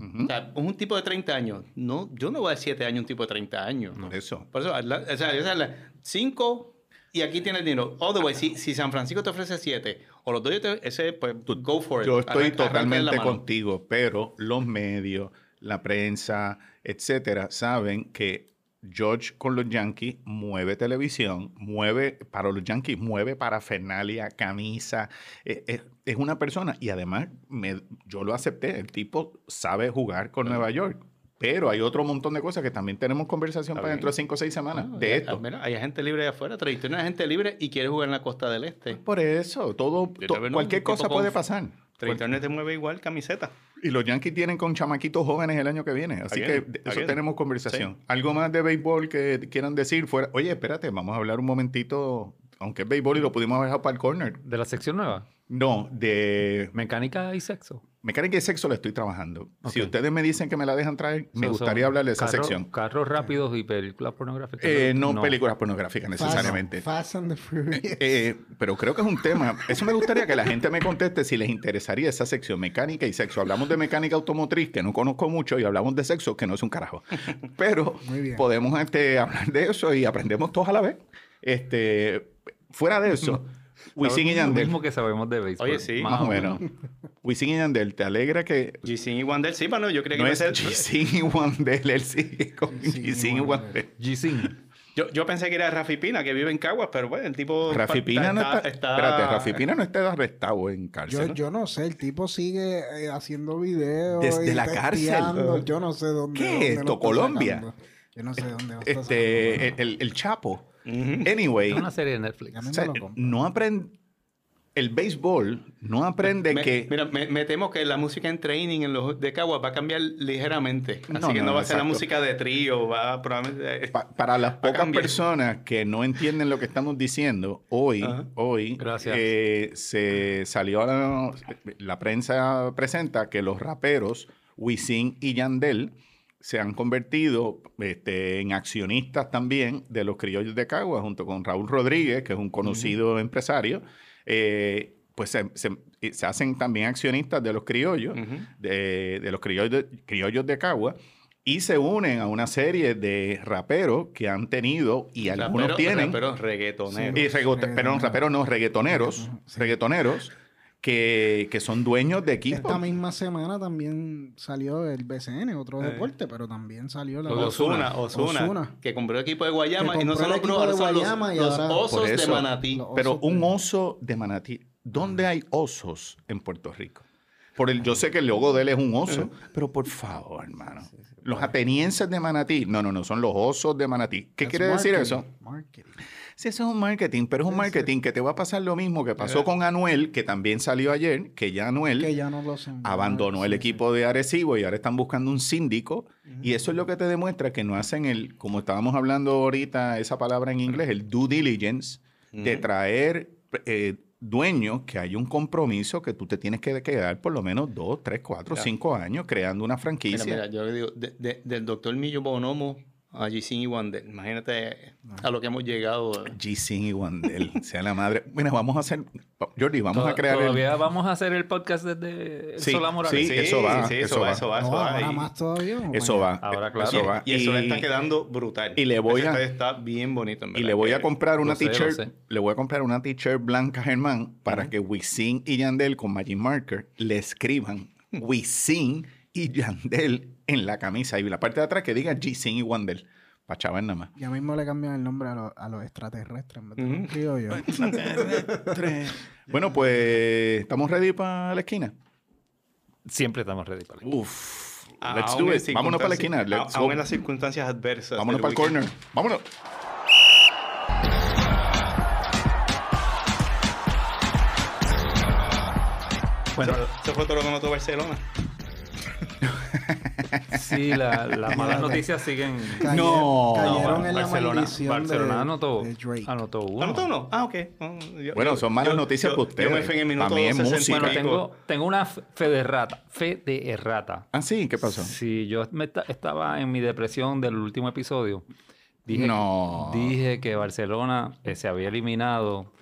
Speaker 3: o sea, un tipo de 30 años. No, yo no voy a dar 7 años a un tipo de 30 años.
Speaker 4: Por eso.
Speaker 3: Por eso, Atla- o sea, 5 y aquí tiene el dinero. All the way, si, si San Francisco te ofrece 7 o los dos, te- ese, pues, go for it.
Speaker 4: Yo estoy
Speaker 3: Arranca- arranca en la
Speaker 4: totalmente
Speaker 3: mano.
Speaker 4: contigo, pero los medios, la prensa, etcétera, saben que George con los Yankees mueve televisión, mueve para los Yankees, mueve para Fernalia, camisa. eh, eh, es una persona y además me- yo lo acepté. El tipo sabe jugar con Nueva York. Pero hay otro montón de cosas que también tenemos conversación
Speaker 3: Está
Speaker 4: para
Speaker 3: bien.
Speaker 4: dentro de cinco o seis semanas
Speaker 3: Ah,
Speaker 4: de
Speaker 3: ya-
Speaker 4: esto.
Speaker 3: ah, mira, hay gente libre allá afuera, 31 hay gente libre y quiere jugar en la costa del este.
Speaker 4: Por eso, todo,
Speaker 3: Yo
Speaker 4: to-
Speaker 3: también, ¿no?
Speaker 4: cualquier
Speaker 3: Un tipo
Speaker 4: cosa
Speaker 3: con-
Speaker 4: puede pasar.
Speaker 3: 31 te mueve igual camiseta.
Speaker 4: Y los Yankees tienen con chamaquitos jóvenes el año que viene.
Speaker 3: Ahí
Speaker 4: Así que
Speaker 3: viene,
Speaker 4: de-
Speaker 3: ahí
Speaker 4: eso
Speaker 3: viene.
Speaker 4: tenemos conversación. ¿Algo más de béisbol que quieran decir? fuera Oye, espérate, vamos a hablar un momentito, aunque es béisbol y lo pudimos haber dejado para el corner.
Speaker 2: de la sección nueva,
Speaker 4: No, de
Speaker 2: mecánica y sexo.
Speaker 4: mecánica y sexo le estoy trabajando. Si
Speaker 2: Ok.
Speaker 4: ustedes me dicen que me la dejan traer, me
Speaker 2: So, son
Speaker 4: gustaría hablar de esa
Speaker 2: carros-
Speaker 4: sección.
Speaker 2: Carros rápidos y películas pornográficas.
Speaker 4: Eh, no, películas pornográficas necesariamente.
Speaker 6: Fast, Fast and the Furious.
Speaker 4: Eh, pero creo que es un tema. Eso me gustaría que la gente me conteste si les interesaría esa sección mecánica y sexo. Hablamos de mecánica automotriz, que no conozco mucho, y hablamos de sexo, que no es un carajo. Pero
Speaker 6: Muy bien.
Speaker 4: podemos este, hablar de eso y aprendemos todos a la vez. Este, fuera de eso, Wisin y
Speaker 2: Lo
Speaker 4: Yandel.
Speaker 2: mismo que sabemos de béisbol.
Speaker 3: Oye, sí.
Speaker 4: Más o menos. Wisin y Yandel, ¿te alegra que
Speaker 3: G-Sin y Wander, sí, mano, yo creía que
Speaker 4: no
Speaker 3: iba a
Speaker 4: es
Speaker 3: ser-
Speaker 4: Wisin y Yandel? Él sigue con
Speaker 6: Wisin y
Speaker 4: Wisin y
Speaker 6: Yandel.
Speaker 4: Yandel.
Speaker 2: G-Sin.
Speaker 3: Yo, yo pensé que era Rafi Pina, que vive en Caguas, pero bueno, el tipo...
Speaker 4: Rafi Pina no está, Espérate, Rafi Pina no está arrestado en
Speaker 6: Yo,
Speaker 4: cárcel. ¿no?
Speaker 6: yo no sé, el tipo sigue eh, haciendo videos.
Speaker 4: Desde
Speaker 6: y
Speaker 4: la cárcel.
Speaker 6: testeando, Yo no sé dónde.
Speaker 4: ¿Qué
Speaker 6: dónde
Speaker 4: es
Speaker 6: lo
Speaker 4: esto,
Speaker 6: está
Speaker 4: Colombia? Eh,
Speaker 6: sacando. Yo no sé dónde. lo está
Speaker 4: este,
Speaker 6: sacando.
Speaker 4: el, el Chapo.
Speaker 3: Ujú.
Speaker 4: Anyway,
Speaker 2: Es una serie de Netflix.
Speaker 6: Ya
Speaker 4: o
Speaker 6: mismo
Speaker 4: sea,
Speaker 6: lo compro.
Speaker 4: no aprende. El béisbol no aprende
Speaker 3: Me-
Speaker 4: que.
Speaker 3: Mira, me, me temo que la música en training en los de Caguas va a cambiar ligeramente. Así
Speaker 4: No,
Speaker 3: que
Speaker 4: no,
Speaker 3: no, va a ser la
Speaker 4: exacto.
Speaker 3: música de trío, va probablemente...
Speaker 4: pa- para las pocas
Speaker 3: eh, cambiar.
Speaker 4: personas que no entienden lo que estamos diciendo, hoy,
Speaker 3: Ajá.
Speaker 4: hoy
Speaker 2: Gracias.
Speaker 4: eh, se salió a la, la prensa presenta que los raperos Wisin y Yandel se han convertido este, en accionistas también de los criollos de Caguas, junto con Raúl Rodríguez, que es un conocido empresario. eh, pues se, se- se hacen también accionistas de los criollos,
Speaker 3: Ujú.
Speaker 4: de, de los criollos de, criollos de Caguas, y se unen a una serie de raperos que han tenido y algunos
Speaker 3: Rapero-
Speaker 4: tienen.
Speaker 3: rapero reggaetonero.
Speaker 6: Sí.
Speaker 4: Y reggaeton- perdón, raperos no, reggaetoneros.
Speaker 6: Sí.
Speaker 4: Reggaetoneros que, que son dueños de equipos.
Speaker 6: Esta misma semana también salió el BCN,
Speaker 4: Eh.
Speaker 6: otro deporte, pero también salió la.
Speaker 3: Ozuna, Ozuna,
Speaker 6: Ozuna.
Speaker 3: que compró el equipo de Guayama
Speaker 6: Que
Speaker 3: y no
Speaker 6: compró el
Speaker 3: solo
Speaker 6: equipo
Speaker 3: compró, ahora
Speaker 6: de
Speaker 3: son los,
Speaker 6: Guayama y
Speaker 3: los
Speaker 6: ahora-
Speaker 4: Por
Speaker 3: osos de
Speaker 4: eso-
Speaker 3: Manatí.
Speaker 6: Lo-
Speaker 4: Pero
Speaker 6: osos
Speaker 4: un
Speaker 6: de-
Speaker 4: oso de manatí. ¿Dónde hay osos en Puerto Rico? Por el, yo sé que el logo de él es un oso, pero por favor, hermano. Los atenienses de Manatí. No, no, no, son los osos de Manatí. ¿Qué
Speaker 6: That's
Speaker 4: quiere decir eso?
Speaker 6: marketing, marketing.
Speaker 4: Sí, eso es un marketing, pero es un marketing que te va a pasar lo mismo que pasó con Anuel, que también salió ayer, que ya Anuel
Speaker 6: Que ya no lo hacen.
Speaker 4: abandonó el
Speaker 6: Sí,
Speaker 4: equipo de Arecibo y ahora están buscando un síndico. Y eso es lo que te demuestra que no hacen el, como estábamos hablando ahorita, esa palabra en inglés, el due diligence, de traer eh, dueños que hay un compromiso que tú te tienes que quedar por lo menos dos, tres, cuatro,
Speaker 3: Ya.
Speaker 4: cinco años creando una franquicia.
Speaker 3: Mira, mira, yo le digo, de- de- del doctor Millo Bonomo a Gisin y Wander, imagínate a lo que hemos llegado. eh.
Speaker 4: G-Sin y Wandel, sea la madre. Mira, vamos a hacer, Jordi, vamos
Speaker 2: Toda-
Speaker 4: a crear el...
Speaker 2: Todavía vamos a hacer el podcast desde
Speaker 4: Sí,
Speaker 2: Solá Morales.
Speaker 4: sí. eso va, eso va.
Speaker 3: eso va,
Speaker 6: No,
Speaker 3: eso va.
Speaker 6: ahora
Speaker 3: y-
Speaker 6: más todavía. oh
Speaker 4: Eso
Speaker 6: my
Speaker 4: va.
Speaker 2: Ahora,
Speaker 4: eh,
Speaker 2: claro.
Speaker 4: Eso va.
Speaker 3: Y, eso le está quedando brutal.
Speaker 4: y le voy
Speaker 3: Ese
Speaker 4: a-
Speaker 3: Está bien bonito, en
Speaker 4: Y
Speaker 3: verdad, Eh,
Speaker 4: le voy a
Speaker 3: que-
Speaker 4: comprar una
Speaker 2: Lo sé, lo
Speaker 4: t-shirt,
Speaker 2: sé.
Speaker 4: le voy a comprar una t-shirt blanca Germán para que Wisin y Yandel con Magic Marker le escriban Wisin y Yandel en la camisa y la parte de atrás que diga G-Sin y Wandel. Pa' chaval nada más.
Speaker 6: God. Ya mismo le cambian el nombre a, los- a los extraterrestres. en vez de
Speaker 3: Ujú.
Speaker 6: los criollos.
Speaker 4: Bueno, pues estamos ready para la esquina.
Speaker 2: Siempre estamos ready para la-
Speaker 4: Uf.
Speaker 2: Ah,
Speaker 3: a-
Speaker 4: Let's
Speaker 3: aún
Speaker 4: do
Speaker 3: en
Speaker 4: it. Vámonos para la esquina.
Speaker 3: circunstancias-
Speaker 4: Let's
Speaker 3: a- aún
Speaker 4: go.
Speaker 3: en las circunstancias adversas.
Speaker 4: Vámonos
Speaker 3: del
Speaker 4: para el
Speaker 3: weekend.
Speaker 4: corner. Vámonos.
Speaker 2: Bueno,
Speaker 3: Se fue todo lo que notó Barcelona.
Speaker 2: sí, la- las malas noticias siguen.
Speaker 6: Cayer-
Speaker 4: No,
Speaker 6: Cayeron
Speaker 2: Bar-
Speaker 6: en la
Speaker 2: Barcelona,
Speaker 6: maldición
Speaker 2: Barcelona
Speaker 6: de,
Speaker 2: anotó,
Speaker 6: de Drake.
Speaker 2: anotó uno.
Speaker 3: ¿Anotó o no? Ah, ok. No, yo-
Speaker 4: Bueno,
Speaker 3: yo-
Speaker 4: son malas
Speaker 3: yo-
Speaker 4: noticias
Speaker 3: yo-
Speaker 4: para ustedes.
Speaker 3: Yo me fui en el
Speaker 4: Para
Speaker 3: minuto
Speaker 4: mí es
Speaker 3: 60 y
Speaker 4: música.
Speaker 2: Bueno,
Speaker 3: pico.
Speaker 2: tengo, tengo una fe fe de rata. Fe de errata.
Speaker 4: Ah, sí, ¿qué pasó?
Speaker 2: Sí, yo me esta- estaba en mi depresión del último episodio. Dije,
Speaker 4: No.
Speaker 2: dije que Barcelona eh, se había eliminado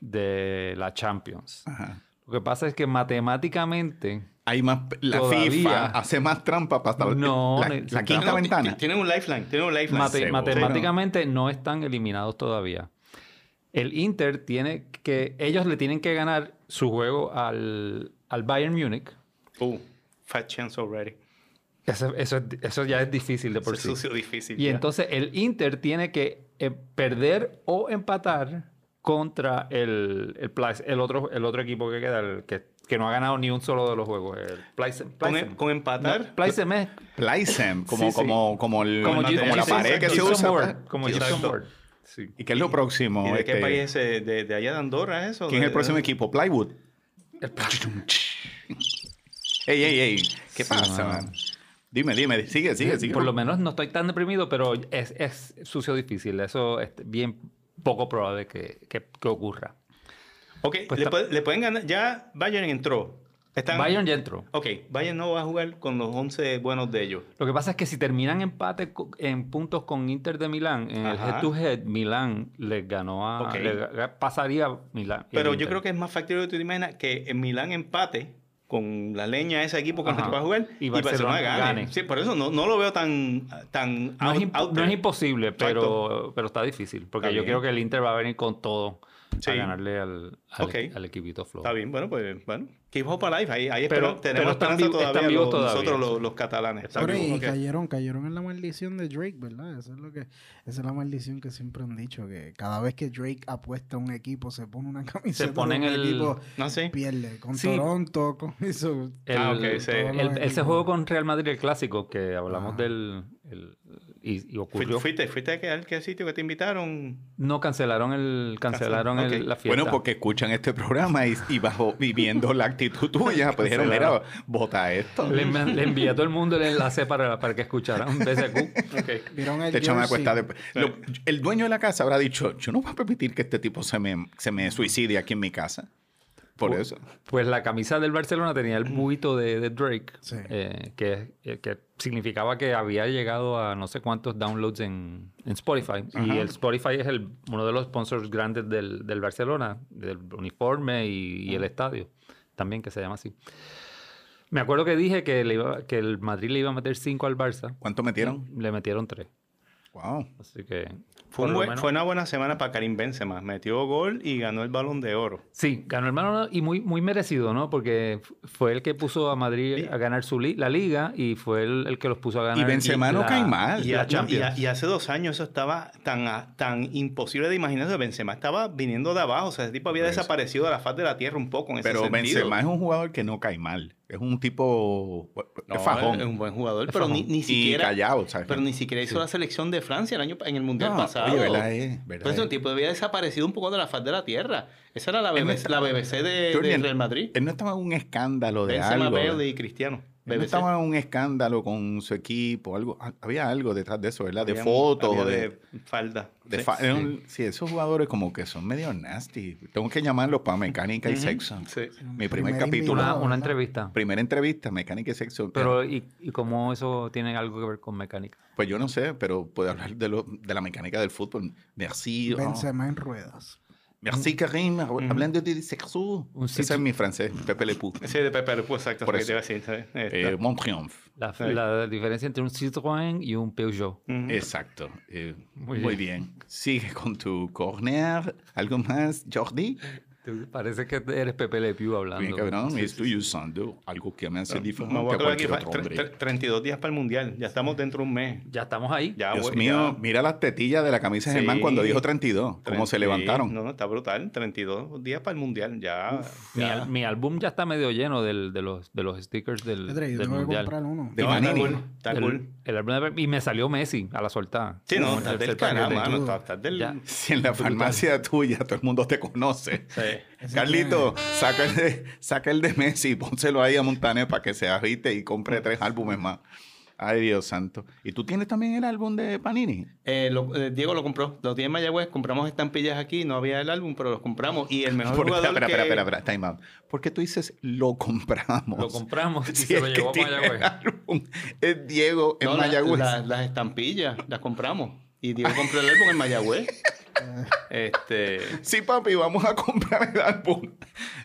Speaker 2: de la Champions.
Speaker 4: Ajá.
Speaker 2: Lo que pasa es que matemáticamente
Speaker 4: Hay más. La
Speaker 2: Todavía.
Speaker 4: FIFA hace más trampa para estar.
Speaker 2: No,
Speaker 4: la,
Speaker 2: ne-
Speaker 4: la
Speaker 2: Tiene-
Speaker 4: quinta
Speaker 3: No,
Speaker 4: ventana.
Speaker 3: ti- Tienen un lifeline, tienen un lifeline.
Speaker 2: Mate-
Speaker 4: seguro.
Speaker 2: matemáticamente no están eliminados todavía. El Inter tiene que, ellos le tienen que ganar su juego al, al Bayern Múnich.
Speaker 3: Uh, fat chance already.
Speaker 2: Eso, eso es- eso ya es difícil de por
Speaker 3: Por
Speaker 2: sí.
Speaker 3: sucio difícil.
Speaker 2: Y
Speaker 3: ya.
Speaker 2: entonces el Inter tiene que eh, perder o empatar contra el, el, Pleis- el otro, el otro equipo que queda, el que, que no ha ganado ni un solo de los juegos. El Pleisen-
Speaker 3: con, em-
Speaker 2: Pleisen.
Speaker 3: con empatar.
Speaker 2: No, Pleisen es
Speaker 4: Playsem, como,
Speaker 2: Sí, sí.
Speaker 4: como, como, el-
Speaker 2: como,
Speaker 4: como
Speaker 2: Gis-
Speaker 3: material.
Speaker 4: la
Speaker 2: Gibson-
Speaker 4: pared que se
Speaker 2: Gibson
Speaker 4: usa.
Speaker 2: board,
Speaker 4: pa-
Speaker 2: Como
Speaker 3: Exacto.
Speaker 2: Gibson board. Sí.
Speaker 4: ¿Y qué es lo próximo?
Speaker 3: ¿Y de
Speaker 4: este?
Speaker 3: qué país es ese? ¿De, de allá de Andorra eso?
Speaker 4: ¿Quién es
Speaker 3: ¿De-
Speaker 4: el próximo
Speaker 3: de-
Speaker 4: equipo? Plywood.
Speaker 2: El-
Speaker 4: Ey, ey, ey. ¿Qué
Speaker 2: Sí,
Speaker 4: pasa,
Speaker 2: mano.
Speaker 4: man? Dime, dime. Sigue, sigue, sigue.
Speaker 2: Eh, Por lo menos no estoy tan deprimido, pero es, es sucio difícil. Eso es bien poco probable que, que- que ocurra.
Speaker 3: Ok,
Speaker 2: Pues
Speaker 3: le,
Speaker 2: está-
Speaker 3: puede- le pueden ganar. Ya Bayern entró. Están,
Speaker 2: Bayern ya entró.
Speaker 3: Ok, Bayern no va a jugar con los 11 buenos de ellos.
Speaker 2: Lo que pasa es que si terminan empate co- en puntos con Inter de Milán, en el
Speaker 3: Ajá.
Speaker 2: head to head, Milán les ganó a.
Speaker 3: Ok.
Speaker 2: le ga- pasaría Milán.
Speaker 3: Pero yo creo que es más factible que tú te imaginas que en Milán empate con la leña de ese equipo con el
Speaker 2: Ajá.
Speaker 3: que va a jugar
Speaker 2: Y
Speaker 3: y
Speaker 2: Barcelona
Speaker 3: Barcelona, gane.
Speaker 2: gane.
Speaker 3: Sí, por eso no, no lo veo tan, tan
Speaker 2: No,
Speaker 3: out-
Speaker 2: es, imp-
Speaker 3: out
Speaker 2: no es
Speaker 3: there.
Speaker 2: imposible, pero,
Speaker 3: Exacto.
Speaker 2: pero está difícil. Porque
Speaker 3: Está
Speaker 2: yo
Speaker 3: bien.
Speaker 2: creo que el Inter va a venir con todo
Speaker 3: Sí.
Speaker 2: a ganarle al, al,
Speaker 3: Ok.
Speaker 2: al equipito flojo.
Speaker 3: Está bien, bueno, pues bueno. Keep hope alive. Ahí, ahí
Speaker 2: Pero-
Speaker 3: espera- tenemos
Speaker 2: pero están
Speaker 3: esperanza
Speaker 2: vi- están
Speaker 3: todavía,
Speaker 2: vivos
Speaker 3: los-
Speaker 2: todavía.
Speaker 3: nosotros los, los catalanes.
Speaker 2: Están
Speaker 3: Está
Speaker 6: Pero
Speaker 3: bien,
Speaker 6: y
Speaker 3: ok.
Speaker 6: cayeron, cayeron en la maldición de Drake, ¿verdad? Esa es lo que, esa es la maldición que siempre han dicho, que cada vez que Drake apuesta a un equipo, se pone una camiseta
Speaker 2: ponen
Speaker 6: de un
Speaker 2: el-
Speaker 6: equipo,
Speaker 3: No sé.
Speaker 6: pierde. Con
Speaker 2: Sí.
Speaker 6: Toronto, con eso.
Speaker 2: El-
Speaker 3: Ah, ok, sí.
Speaker 6: todos
Speaker 2: el-
Speaker 6: los
Speaker 2: ese
Speaker 6: equipos.
Speaker 2: juego con Real Madrid, el clásico, que hablamos
Speaker 6: Ajá.
Speaker 2: del. el- y, y
Speaker 3: Fui-
Speaker 2: ocurrió.
Speaker 3: Fuiste, fuiste a qué, qué sitio que te invitaron.
Speaker 2: No cancelaron el cancelaron
Speaker 3: Cancel-
Speaker 2: el-
Speaker 3: ok.
Speaker 2: la fiesta.
Speaker 4: Bueno, porque escuchan este programa y, y bajo, y viendo la actitud tuya, pues dijeron, mira, bota esto.
Speaker 2: le, envi- le envié a todo el mundo el enlace para, para que escucharan BSQ.
Speaker 6: Vieron el
Speaker 4: Este chamaco
Speaker 6: jersey.
Speaker 4: está de- lo- el dueño de la casa habrá dicho, yo no voy a permitir que este tipo se me, se me suicide aquí en mi casa. Por eso.
Speaker 2: Pues la camisa del Barcelona tenía el buito de, de Drake,
Speaker 6: Sí.
Speaker 2: eh, que, eh, que significaba que había llegado a no sé cuántos downloads en, en Spotify. Y el Spotify es el, uno de los sponsors grandes del, del Barcelona, del uniforme y, y el estadio, también que se llama así. Me acuerdo que dije que, le iba- que el Madrid le iba a meter 5 al Barça.
Speaker 4: ¿Cuánto metieron?
Speaker 2: Le metieron 3.
Speaker 4: Wow.
Speaker 2: Así que... por
Speaker 3: Fue, un
Speaker 2: lo
Speaker 3: buen-
Speaker 2: menos-
Speaker 3: fue una buena semana para Karim Benzema. Metió gol y ganó el Balón de Oro.
Speaker 2: Sí, ganó el Manolo y muy, muy merecido, ¿no? Porque f- fue el que puso a Madrid a ganar su li- la liga y fue el, el que los puso a ganar.
Speaker 4: Y Benzema no
Speaker 2: la-
Speaker 4: cae mal.
Speaker 3: Y,
Speaker 2: la
Speaker 3: a- no,
Speaker 2: Champions.
Speaker 3: y a- y hace dos años eso estaba tan, a- tan imposible de imaginarse. Benzema estaba viniendo de abajo. O sea, ese tipo había
Speaker 4: Por eso.
Speaker 3: desaparecido de la faz de la tierra un poco en ese
Speaker 4: Pero
Speaker 3: sentido.
Speaker 4: Benzema es un jugador que no cae mal. Es un tipo. es
Speaker 3: No,
Speaker 4: fajón.
Speaker 3: Es un buen jugador,
Speaker 4: Es
Speaker 3: pero ni,
Speaker 4: fajón.
Speaker 3: ni
Speaker 4: Y
Speaker 3: siquiera.
Speaker 4: callado, ¿sabes?
Speaker 3: Pero ni siquiera hizo
Speaker 4: Sí.
Speaker 3: la selección de Francia el año, en el mundial
Speaker 4: No,
Speaker 3: pasado.
Speaker 4: oye, verdad
Speaker 3: Eh,
Speaker 4: es, verdad
Speaker 3: Entonces,
Speaker 4: es.
Speaker 3: el tipo había desaparecido un poco de la faz de la tierra. Esa era la
Speaker 4: Él no
Speaker 3: BBC, la
Speaker 4: estaba-
Speaker 3: BBC de,
Speaker 4: Jordan,
Speaker 3: de Real Madrid.
Speaker 4: Él no estaba en un escándalo de
Speaker 3: Benzema,
Speaker 4: algo.
Speaker 3: Bale y Cristiano.
Speaker 4: Él no
Speaker 3: BBC.
Speaker 4: estaba en un escándalo con su equipo, algo, ah, había algo detrás de eso, ¿verdad? De
Speaker 3: Había-
Speaker 4: fotos,
Speaker 3: había
Speaker 4: o de,
Speaker 3: de falda.
Speaker 4: de
Speaker 3: Sí.
Speaker 4: fa- era un- sí, esos jugadores como que son medio nasty. Tengo que llamarlos para mecánica y
Speaker 3: Ujú,
Speaker 4: sexo.
Speaker 3: sí.
Speaker 4: Mi primer
Speaker 6: Primer
Speaker 4: capítulo,
Speaker 6: invitado.
Speaker 4: una
Speaker 2: Una,
Speaker 6: no,
Speaker 2: una
Speaker 6: no.
Speaker 2: entrevista.
Speaker 4: primera entrevista, mecánica y sexo.
Speaker 2: Pero, ¿y, ¿y cómo eso tiene algo que ver con mecánica?
Speaker 4: pues yo no sé, pero puedo hablar de, lo, de la mecánica del fútbol. Merci, oh,
Speaker 6: Benzema en ruedas.
Speaker 4: merci
Speaker 3: Mm.
Speaker 4: Karim, hablando de sexo.
Speaker 2: Un
Speaker 4: Ese es mi francés, Pepe Le Pou. Eh,
Speaker 3: Sí, de Pepe, pues exacto.
Speaker 4: Por
Speaker 3: Por
Speaker 4: eso.
Speaker 3: Te iba a decir, ¿sabes? Esta.
Speaker 4: Eh, Mon Triomphe.
Speaker 2: La,
Speaker 3: Sí.
Speaker 2: la diferencia entre un Citroën y un Peugeot.
Speaker 3: Ujú.
Speaker 4: Exacto. eh, muy,
Speaker 2: Muy
Speaker 4: bien. Sigue con tu corner. ¿Algo más, Jordi?
Speaker 2: Parece que eres Pepe Le Pew
Speaker 4: Bien,
Speaker 2: hablando.
Speaker 4: cabrón. Estoy usando algo que me hace diferente
Speaker 3: Ah, Me voy
Speaker 4: a
Speaker 3: a clavar aquí
Speaker 4: cualquier
Speaker 3: fa-
Speaker 4: otro
Speaker 3: tre-
Speaker 4: hombre.
Speaker 3: tre- 32 días para el mundial. Ya estamos dentro de un mes.
Speaker 2: Ya estamos ahí.
Speaker 3: Ya,
Speaker 4: Dios
Speaker 3: voy-
Speaker 4: mío,
Speaker 3: ya-
Speaker 4: mira las tetillas de la camisa de Germán
Speaker 3: Sí.
Speaker 4: cuando dijo 32. Cómo
Speaker 3: Tre-
Speaker 4: se
Speaker 3: sí,
Speaker 4: levantaron.
Speaker 3: No, no, está brutal. 32 días para el mundial. Ya.
Speaker 2: Mi,
Speaker 3: ya.
Speaker 2: al- mi álbum ya está medio lleno del- de, los, de los stickers del,
Speaker 6: Pedro, yo
Speaker 2: del
Speaker 6: tengo que
Speaker 2: mundial.
Speaker 6: comprar uno.
Speaker 4: De
Speaker 3: No, está
Speaker 4: Manini.
Speaker 3: cool, Está
Speaker 2: El-
Speaker 3: cool.
Speaker 2: el álbum de- y me salió Messi a la soltada.
Speaker 3: Sí, no,
Speaker 2: Como
Speaker 3: está
Speaker 2: el
Speaker 3: del
Speaker 2: tercer
Speaker 3: canal,
Speaker 2: paquete.
Speaker 3: mano. Está, está del.
Speaker 2: Ya.
Speaker 4: Si en la farmacia tuya todo el mundo te conoce.
Speaker 3: Sí.
Speaker 6: Ese
Speaker 4: Carlito, saca el, de, saca el de Messi y pónselo ahí a Montaner para que se agite y compre tres álbumes más. Ay, Dios santo. ¿Y tú tienes también el álbum de Panini?
Speaker 3: Eh, lo- eh, Diego lo compró. Lo tiene en Mayagüez. Compramos estampillas aquí. No había el álbum, pero los compramos. Y el mejor
Speaker 4: Por-
Speaker 3: jugador.
Speaker 4: espera,
Speaker 3: que...
Speaker 4: espera, espera, espera, time out. ¿Por qué tú dices lo compramos?
Speaker 2: Lo compramos y
Speaker 4: Si
Speaker 2: se lo
Speaker 4: es que
Speaker 2: llevó a
Speaker 4: tiene
Speaker 2: Mayagüez.
Speaker 4: álbum. Es Diego en
Speaker 3: No, la-
Speaker 4: Mayagüez.
Speaker 3: la- las estampillas las compramos. Y Diego compró el álbum en Mayagüez. este.
Speaker 4: Sí, papi, vamos a comprar el álbum.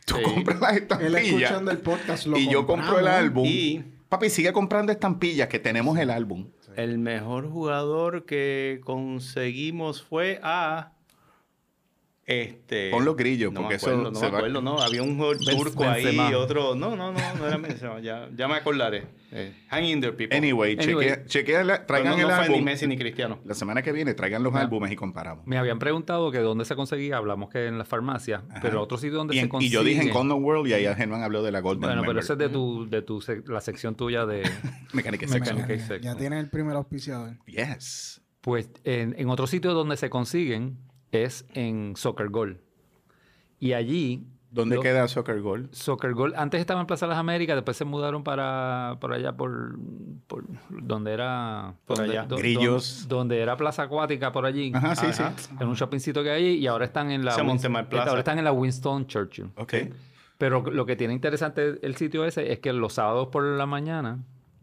Speaker 4: Tú
Speaker 3: Sí.
Speaker 4: compras las
Speaker 6: Él
Speaker 4: estampillas.
Speaker 6: escuchando el podcast lo
Speaker 4: Y yo compro el
Speaker 6: compramos.
Speaker 4: álbum.
Speaker 3: Y-
Speaker 4: Papi, sigue comprando estampillas que tenemos el álbum.
Speaker 3: El mejor jugador que conseguimos fue a. Este.
Speaker 4: Pon los grillos,
Speaker 3: no
Speaker 4: porque
Speaker 3: me
Speaker 4: eso
Speaker 3: acuerdo, No
Speaker 4: se
Speaker 3: me
Speaker 4: va-
Speaker 3: acuerdo, no. Había un jugador
Speaker 2: Ben-
Speaker 3: turco
Speaker 2: Benzema.
Speaker 3: ahí, otro. No, no, no, no era Benzema, Ya, ya me acordaré. Eh, hang in there, people.
Speaker 4: Anyway,
Speaker 2: Anyway.
Speaker 4: chequea, chequea la-
Speaker 3: Pero no,
Speaker 4: traigan
Speaker 3: no
Speaker 4: el
Speaker 3: fue ni
Speaker 4: álbum.
Speaker 3: Messi ni Cristiano.
Speaker 4: La semana que viene traigan los
Speaker 2: Ya.
Speaker 4: álbumes y comparamos.
Speaker 2: Me habían preguntado que dónde se conseguía. Hablamos que en la farmacia.
Speaker 4: Ajá.
Speaker 2: Pero otro sitio donde
Speaker 4: Y,
Speaker 2: se
Speaker 4: en- y
Speaker 2: consigue.
Speaker 4: yo dije en Condom World y ahí Germán habló de la Golden
Speaker 2: Bueno, pero
Speaker 4: Member.
Speaker 2: esa es de, tu, de tu sec- la sección tuya de...
Speaker 4: Mechanic
Speaker 6: Me
Speaker 4: Section.
Speaker 6: imagino,
Speaker 2: Sexo.
Speaker 6: Ya tiene el primer auspiciador.
Speaker 4: Yes.
Speaker 2: Pues en, en otro sitio donde se consiguen es en Soccer Goal. Y allí...
Speaker 4: ¿Dónde
Speaker 2: lo-
Speaker 4: queda Soccer Goal?
Speaker 2: Soccer Goal, antes estaba en Plaza de las Américas, después se mudaron para, por allá, por, por donde era...
Speaker 3: Por
Speaker 2: donde-
Speaker 3: allá.
Speaker 4: Grillos.
Speaker 2: Donde, era Plaza Acuática, por allí.
Speaker 4: Ajá, sí,
Speaker 3: Ajá.
Speaker 4: sí.
Speaker 2: En un shoppingcito que hay y ahora están en la...
Speaker 3: Se llama Montemar Plaza.
Speaker 2: Ahora están en la Winston Churchill.
Speaker 4: Ok.
Speaker 2: Pero lo que tiene interesante el sitio ese es que los sábados por la mañana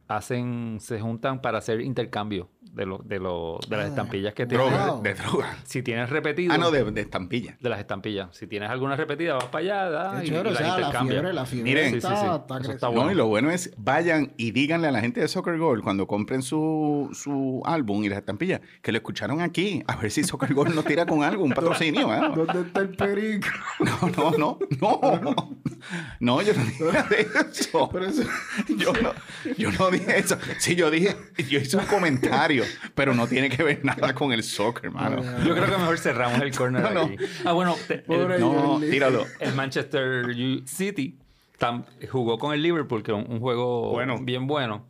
Speaker 2: hacen, se juntan para hacer intercambio de, lo- de, lo- de las
Speaker 6: Ah,
Speaker 2: estampillas que tienes.
Speaker 4: Droga,
Speaker 6: Wow.
Speaker 4: de droga.
Speaker 2: Si tienes repetido,
Speaker 4: Ah, no, de, de estampilla.
Speaker 2: de las estampillas. Si tienes alguna repetida, vas para allá da,
Speaker 6: Qué
Speaker 2: y, y
Speaker 6: chévere, o
Speaker 2: las
Speaker 6: sea, la
Speaker 2: intercambias.
Speaker 6: fiebre, la fiebre
Speaker 4: Miren,
Speaker 6: está,
Speaker 2: sí, sí, sí.
Speaker 6: está
Speaker 2: Eso está
Speaker 6: creciendo.
Speaker 2: bueno.
Speaker 4: No, y lo bueno es, vayan y díganle a la gente de Soccer Goal cuando compren su, su álbum y las estampillas que lo escucharon aquí, a ver si Soccer Goal nos tira con algo, un patrocinio. ¿eh?
Speaker 6: ¿Dónde está el perico?
Speaker 4: No, no, no, no. No, yo no dije eso.
Speaker 6: Pero eso-
Speaker 4: Yo no, yo no dije eso. Sí, yo dije, yo hice un comentario, pero no tiene que ver nada con el soccer, hermano.
Speaker 6: Ah,
Speaker 2: Yo creo que mejor cerramos el corner
Speaker 4: No, no.
Speaker 2: aquí. Ah, bueno, te-
Speaker 6: Pobre
Speaker 2: el,
Speaker 4: No,
Speaker 6: Jordi.
Speaker 4: tíralo.
Speaker 2: el Manchester U- City tam- jugó con el Liverpool, que era un, un juego
Speaker 3: Bueno.
Speaker 2: bien bueno.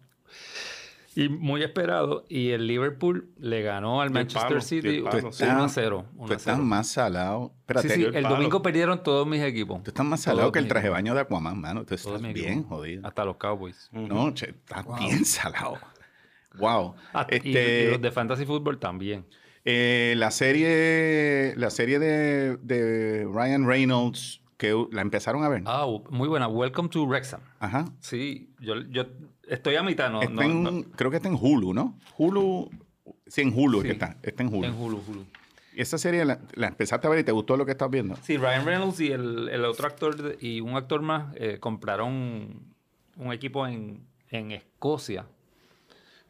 Speaker 2: Y muy esperado. Y el Liverpool le ganó al
Speaker 3: Del
Speaker 2: Manchester
Speaker 3: palo,
Speaker 2: City
Speaker 3: del palo,
Speaker 2: 1
Speaker 3: sí.
Speaker 2: a 0.
Speaker 4: Tú estás más salado. Espérate,
Speaker 2: Sí, sí,
Speaker 4: yo-
Speaker 2: el
Speaker 3: palo.
Speaker 2: domingo perdieron todos mis equipos.
Speaker 4: tú estás más
Speaker 2: Todos
Speaker 4: salado que el
Speaker 2: mis-
Speaker 4: traje baño de Aquaman, mano. Tú estás
Speaker 2: todos mis
Speaker 4: bien
Speaker 2: equipos.
Speaker 4: jodido.
Speaker 2: Hasta los Cowboys.
Speaker 4: No, che, está bien salado. Wow.
Speaker 2: Ah, y-
Speaker 4: este,
Speaker 2: y, los de Fantasy Football también.
Speaker 4: eh, la serie, la serie de, de Ryan Reynolds, que u- la empezaron a ver.
Speaker 2: Ah, muy buena. Welcome to Wrexham.
Speaker 4: Ajá.
Speaker 2: Sí, yo, yo estoy a mitad. No,
Speaker 4: Está
Speaker 2: no-
Speaker 4: en-
Speaker 2: no-
Speaker 4: Creo que está en Hulu, ¿no? Hulu. Sí, en Hulu es que
Speaker 2: Sí.
Speaker 4: está. Está en Hulu.
Speaker 2: en Hulu, Hulu.
Speaker 4: Esa serie la, la empezaste a ver y te gustó lo que estás viendo.
Speaker 2: Sí, Ryan Reynolds y el, el otro actor de- y un actor más eh, compraron un equipo en, en Escocia,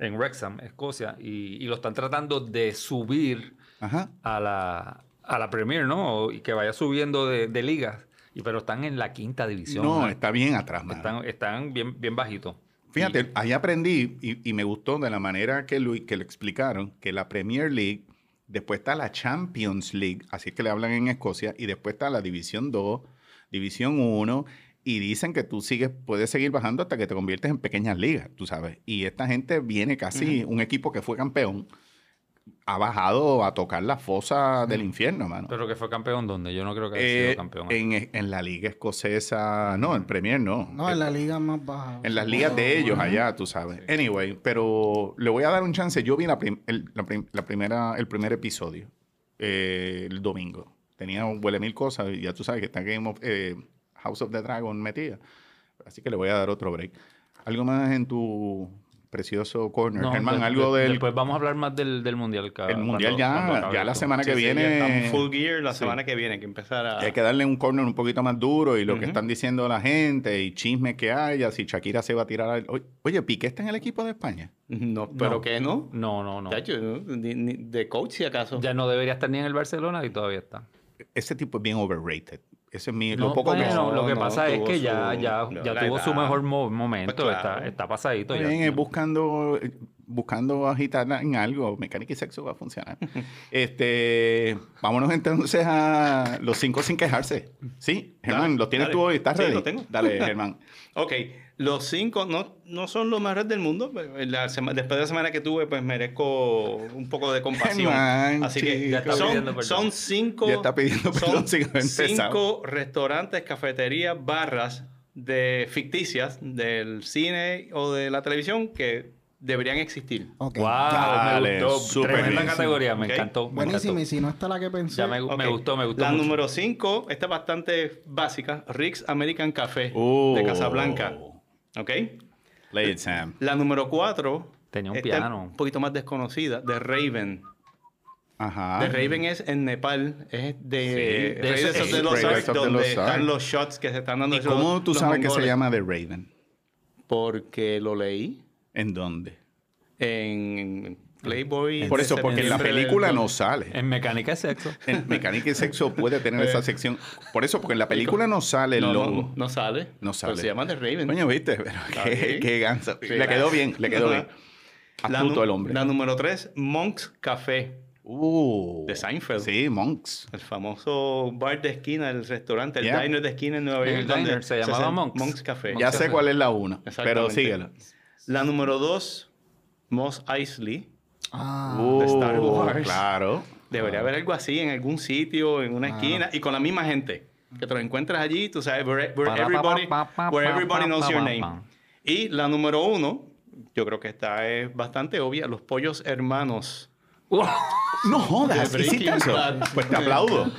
Speaker 2: en Wrexham, Escocia, y, y lo están tratando de subir
Speaker 4: Ajá.
Speaker 2: a la, a la Premier, ¿no? O- Y que vaya subiendo de, de ligas, y, pero están en la quinta división.
Speaker 4: No,
Speaker 2: ¿no?
Speaker 4: está bien atrás, mano.
Speaker 2: están, están bien, bien bajitos.
Speaker 4: Fíjate, ahí aprendí y, y me gustó de la manera que lo, que lo explicaron, que la Premier League, después está la Champions League, así es que le hablan en Escocia, y después está la División 2, División 1, y dicen que tú sigues, puedes seguir bajando hasta que te conviertes en pequeñas ligas, tú sabes. Y esta gente viene casi, un equipo que fue campeón, ha bajado a tocar la fosa del infierno, mano.
Speaker 2: Pero que fue campeón donde yo no creo que haya
Speaker 4: Eh,
Speaker 2: sido campeón.
Speaker 4: en, en la liga escocesa, no, en Premier no.
Speaker 6: No, en la liga más baja.
Speaker 4: En las ligas de ellos allá, tú sabes. Anyway, pero le voy a dar un chance. Yo vi la prim- el, la prim- la primera, el primer episodio eh, el domingo. Tenía un huele mil cosas y ya tú sabes que está Game of, eh, House of the Dragon metida. Así que le voy a dar otro break. ¿Algo más en tu precioso corner,
Speaker 2: No,
Speaker 4: Germán?
Speaker 2: de-
Speaker 4: Algo
Speaker 2: de-
Speaker 4: del
Speaker 2: Después vamos a hablar más del, del mundial. ca-
Speaker 4: el mundial
Speaker 2: cuando- cuando
Speaker 4: ya,
Speaker 2: acabe
Speaker 4: ya la
Speaker 2: esto.
Speaker 4: semana que
Speaker 3: Sí, sí,
Speaker 4: viene.
Speaker 3: estamos full gear la
Speaker 4: sí.
Speaker 3: semana que viene, que empezar a...
Speaker 4: Y Hay que darle un corner un poquito más duro y lo que
Speaker 3: Ujú.
Speaker 4: están diciendo la gente y chisme que haya, si Shakira se va a tirar al... Oye, Oye, Piqué está en el equipo de España.
Speaker 3: No, pero
Speaker 2: No.
Speaker 3: que no.
Speaker 2: No, no, no.
Speaker 3: Chacho, ¿no? Ni- ni- de coach si acaso.
Speaker 2: Ya no debería estar ni en el Barcelona y todavía está.
Speaker 4: Ese tipo es bien overrated. Ese es mi...
Speaker 2: No,
Speaker 4: lo poco que...
Speaker 2: bueno,
Speaker 3: sé.
Speaker 2: lo que
Speaker 3: No,
Speaker 2: pasa es
Speaker 3: tuvo
Speaker 2: que
Speaker 3: su-
Speaker 2: ya, ya,
Speaker 3: la-
Speaker 2: ya
Speaker 3: la
Speaker 2: tuvo su
Speaker 3: edad.
Speaker 2: mejor mo- momento.
Speaker 3: Pues claro.
Speaker 2: está, está pasadito.
Speaker 4: Está
Speaker 2: ya.
Speaker 4: bien, es buscando, buscando agitarla en algo. Mecánica y sexo va a funcionar. este, vámonos entonces a los cinco sin quejarse. Sí, Germán,
Speaker 3: Dale,
Speaker 4: los tienes
Speaker 3: dale.
Speaker 4: tú hoy. ¿Estás
Speaker 3: Sí,
Speaker 4: ready?
Speaker 3: lo tengo.
Speaker 4: Dale, Germán.
Speaker 3: Ok, los cinco no, no son los más red del mundo. pero en La sema- después de la semana que tuve, pues merezco un poco de compasión.
Speaker 4: Germán,
Speaker 3: Así que
Speaker 4: chico. Ya
Speaker 2: está pidiendo
Speaker 3: son,
Speaker 2: perdón.
Speaker 3: son cinco,
Speaker 4: Ya está pidiendo perdón
Speaker 3: son
Speaker 4: sin haber empezado.
Speaker 3: cinco restaurantes, cafeterías, barras de ficticias del cine o de la televisión que deberían existir.
Speaker 6: Ok.
Speaker 2: Wow,
Speaker 4: Dale,
Speaker 2: me gustó.
Speaker 4: súper
Speaker 2: Tremenda
Speaker 4: bien.
Speaker 2: categoría, me
Speaker 3: Ok.
Speaker 2: encantó. me
Speaker 6: Buenísimo, y
Speaker 2: encantó.
Speaker 6: si no está la que pensé.
Speaker 2: Ya me, gu- me
Speaker 3: Ok,
Speaker 2: gustó, me gustó.
Speaker 3: La
Speaker 2: mucho.
Speaker 3: número 5 está bastante básica. Rick's American Café
Speaker 4: Oh.
Speaker 3: de Casablanca. ¿Ok?
Speaker 4: Play it, Sam.
Speaker 3: La número 4
Speaker 2: Tenía un piano.
Speaker 3: un poquito más desconocida,
Speaker 4: Ah.
Speaker 3: de Raven.
Speaker 4: Ajá.
Speaker 3: The
Speaker 4: Ah.
Speaker 3: Raven es en Nepal, es
Speaker 2: Sí,
Speaker 3: de
Speaker 2: de
Speaker 3: Raiders
Speaker 2: ese-
Speaker 3: of the
Speaker 2: sí,
Speaker 3: Lost
Speaker 4: Raiders
Speaker 3: Ark,
Speaker 4: of the
Speaker 3: donde
Speaker 4: Lost Ark.
Speaker 3: están los shots que se están dando.
Speaker 4: ¿Y
Speaker 3: esos-
Speaker 4: cómo tú
Speaker 3: los
Speaker 4: sabes que se
Speaker 3: mongoles.
Speaker 4: llama The Raven?
Speaker 3: Porque lo leí
Speaker 4: ¿En dónde?
Speaker 3: en Playboy.
Speaker 4: Por
Speaker 3: de
Speaker 4: eso, porque en la
Speaker 3: septiembre del
Speaker 4: película no
Speaker 3: 2000.
Speaker 4: sale.
Speaker 2: En mecánica de sexo.
Speaker 4: En Mecánica y Sexo puede tener esa sección. Por eso, porque en la película no sale el
Speaker 3: Eh. No, no,
Speaker 4: logo.
Speaker 3: no sale.
Speaker 4: No
Speaker 3: Pero
Speaker 4: sale.
Speaker 3: se llama The Raven.
Speaker 4: Coño, viste, pero qué,
Speaker 3: bien.
Speaker 4: qué ganso.
Speaker 3: Sí,
Speaker 4: le
Speaker 3: la-
Speaker 4: quedó bien, le quedó bien.
Speaker 3: La
Speaker 4: Astuto
Speaker 3: nu-
Speaker 4: el hombre.
Speaker 3: La número 3, Monk's Café.
Speaker 4: Uh,
Speaker 3: De Seinfeld.
Speaker 4: Sí, Monks.
Speaker 3: El famoso bar de esquina, el restaurante, el
Speaker 4: Yeah.
Speaker 3: diner de esquina en Nueva
Speaker 2: El
Speaker 3: York. donde
Speaker 2: diner se llamaba
Speaker 3: hacen
Speaker 2: Monk's.
Speaker 3: Monk's Café.
Speaker 4: Ya sé cuál es la una, pero
Speaker 3: Exactamente.
Speaker 4: síguela.
Speaker 3: La número 2, Moss Eisley.
Speaker 6: Ah,
Speaker 4: Uh,
Speaker 3: Star Wars.
Speaker 4: Claro.
Speaker 2: Ah.
Speaker 3: Debería haber algo así en algún sitio, en una esquina, y con la misma gente. Que te lo encuentras allí, tú sabes, where, where
Speaker 2: Pa, pa,
Speaker 3: everybody,
Speaker 2: pa, pa, pa,
Speaker 3: where
Speaker 2: pa,
Speaker 3: everybody
Speaker 2: pa,
Speaker 3: knows
Speaker 2: pa,
Speaker 3: your
Speaker 2: pa,
Speaker 3: name.
Speaker 2: pa.
Speaker 3: Y la número uno, yo creo que esta es bastante obvia, los pollos hermanos.
Speaker 4: No jodas,
Speaker 3: De
Speaker 4: ¿hiciste
Speaker 3: Breaking
Speaker 4: eso?
Speaker 3: Bad.
Speaker 4: Pues te aplaudo.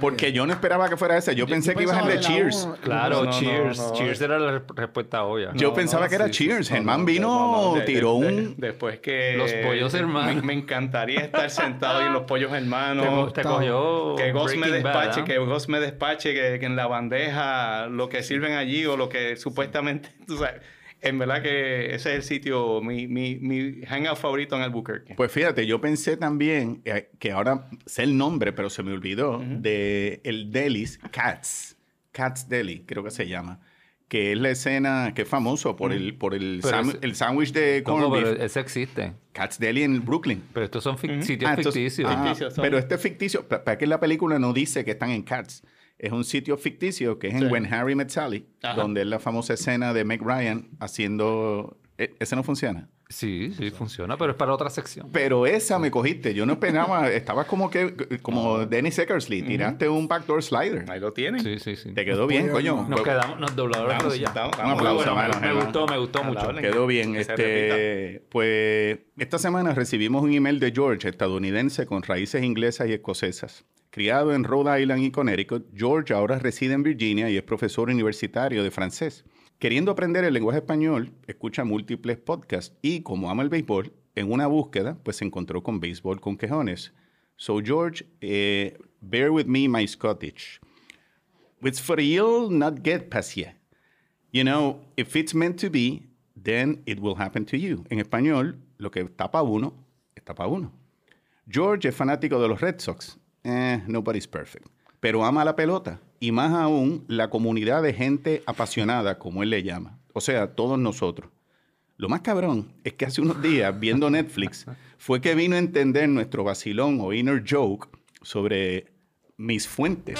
Speaker 4: Porque yo no esperaba que fuera ese. Yo pensé que ibas
Speaker 6: pensaba
Speaker 4: en de
Speaker 6: que la
Speaker 4: Cheers.
Speaker 6: uno-
Speaker 2: Claro,
Speaker 3: No, no,
Speaker 2: Cheers.
Speaker 3: no, no.
Speaker 2: Cheers era la re- respuesta obvia.
Speaker 4: Yo
Speaker 3: No,
Speaker 4: pensaba
Speaker 3: no,
Speaker 4: que era
Speaker 3: sí, sí,
Speaker 4: Cheers.
Speaker 3: no,
Speaker 4: Germán
Speaker 3: no,
Speaker 4: vino,
Speaker 3: no, no, de-
Speaker 4: tiró
Speaker 3: de-
Speaker 4: un.
Speaker 3: después que.
Speaker 2: Los pollos hermanos.
Speaker 3: Me, me encantaría estar sentado y en los pollos
Speaker 2: Te, co-
Speaker 3: hermanos.
Speaker 2: te cogió.
Speaker 3: Que Ghost me
Speaker 2: Breaking Bad,
Speaker 3: despache,
Speaker 2: ¿ah?
Speaker 3: que Ghost me despache, que, que en la bandeja lo que sirven allí o lo que supuestamente, tú sabes, en verdad que ese es el sitio, mi, mi, mi hangout favorito en Albuquerque.
Speaker 4: Pues fíjate, yo pensé también eh, que ahora sé el nombre, pero se me olvidó, de el Delis Cats. Cats Deli, creo que se llama. Que es la escena que es famoso por el, por el,
Speaker 2: Pero
Speaker 4: sam-
Speaker 2: ese-
Speaker 4: el sándwich de
Speaker 2: Loco,
Speaker 4: corned
Speaker 2: pero
Speaker 4: beef.
Speaker 2: ese existe.
Speaker 4: Cats Deli en Brooklyn.
Speaker 2: Pero estos son fic- sitios
Speaker 4: Ah, entonces-
Speaker 2: ficticios.
Speaker 4: ah,
Speaker 3: Ficticios son.
Speaker 4: pero este ficticio, pa- para que la película no dice que están en Cats. Es un sitio ficticio que es en
Speaker 3: Sí.
Speaker 4: When Harry Met Sally,
Speaker 3: Ajá.
Speaker 4: donde es la famosa escena de Meg Ryan haciendo... e- Ese no funciona.
Speaker 2: Sí, sí, funciona, pero es para otra sección.
Speaker 4: Pero esa me cogiste. Yo no esperaba. Estabas como que como Dennis Eckersley. Tiraste un backdoor slider.
Speaker 3: Ahí lo tienen.
Speaker 2: Sí, sí, sí.
Speaker 4: Te quedó bien, coño.
Speaker 2: Nos quedamos, nos doblaron las
Speaker 3: Vamos,
Speaker 2: rodillas.
Speaker 3: estamos-
Speaker 4: Un aplauso,
Speaker 2: Bueno,
Speaker 4: mano,
Speaker 2: me,
Speaker 4: Germán.
Speaker 2: gustó, me gustó
Speaker 3: A la
Speaker 2: mucho.
Speaker 3: orden.
Speaker 4: Quedó bien.
Speaker 3: Que se
Speaker 4: Este, pues esta semana recibimos un email de George, estadounidense con raíces inglesas y escocesas. Criado en Rhode Island y Connecticut, George ahora reside en Virginia y es profesor universitario de francés. Queriendo aprender el lenguaje español, escucha múltiples podcasts y, como ama el béisbol, en una búsqueda, pues se encontró con Béisbol con Quejones. So, George, eh, bear with me my Scottish. It's for you, not get pasia. You know, if it's meant to be, then it will happen to you. En español, lo que tapa uno, está para uno. George es fanático de los Red Sox. Eh, nobody's perfect. Pero ama la pelota y más aún la comunidad de gente apasionada, como él le llama. O sea, todos nosotros. Lo más cabrón es que hace unos días, viendo Netflix, fue que vino a entender nuestro vacilón o inner joke sobre mis fuentes.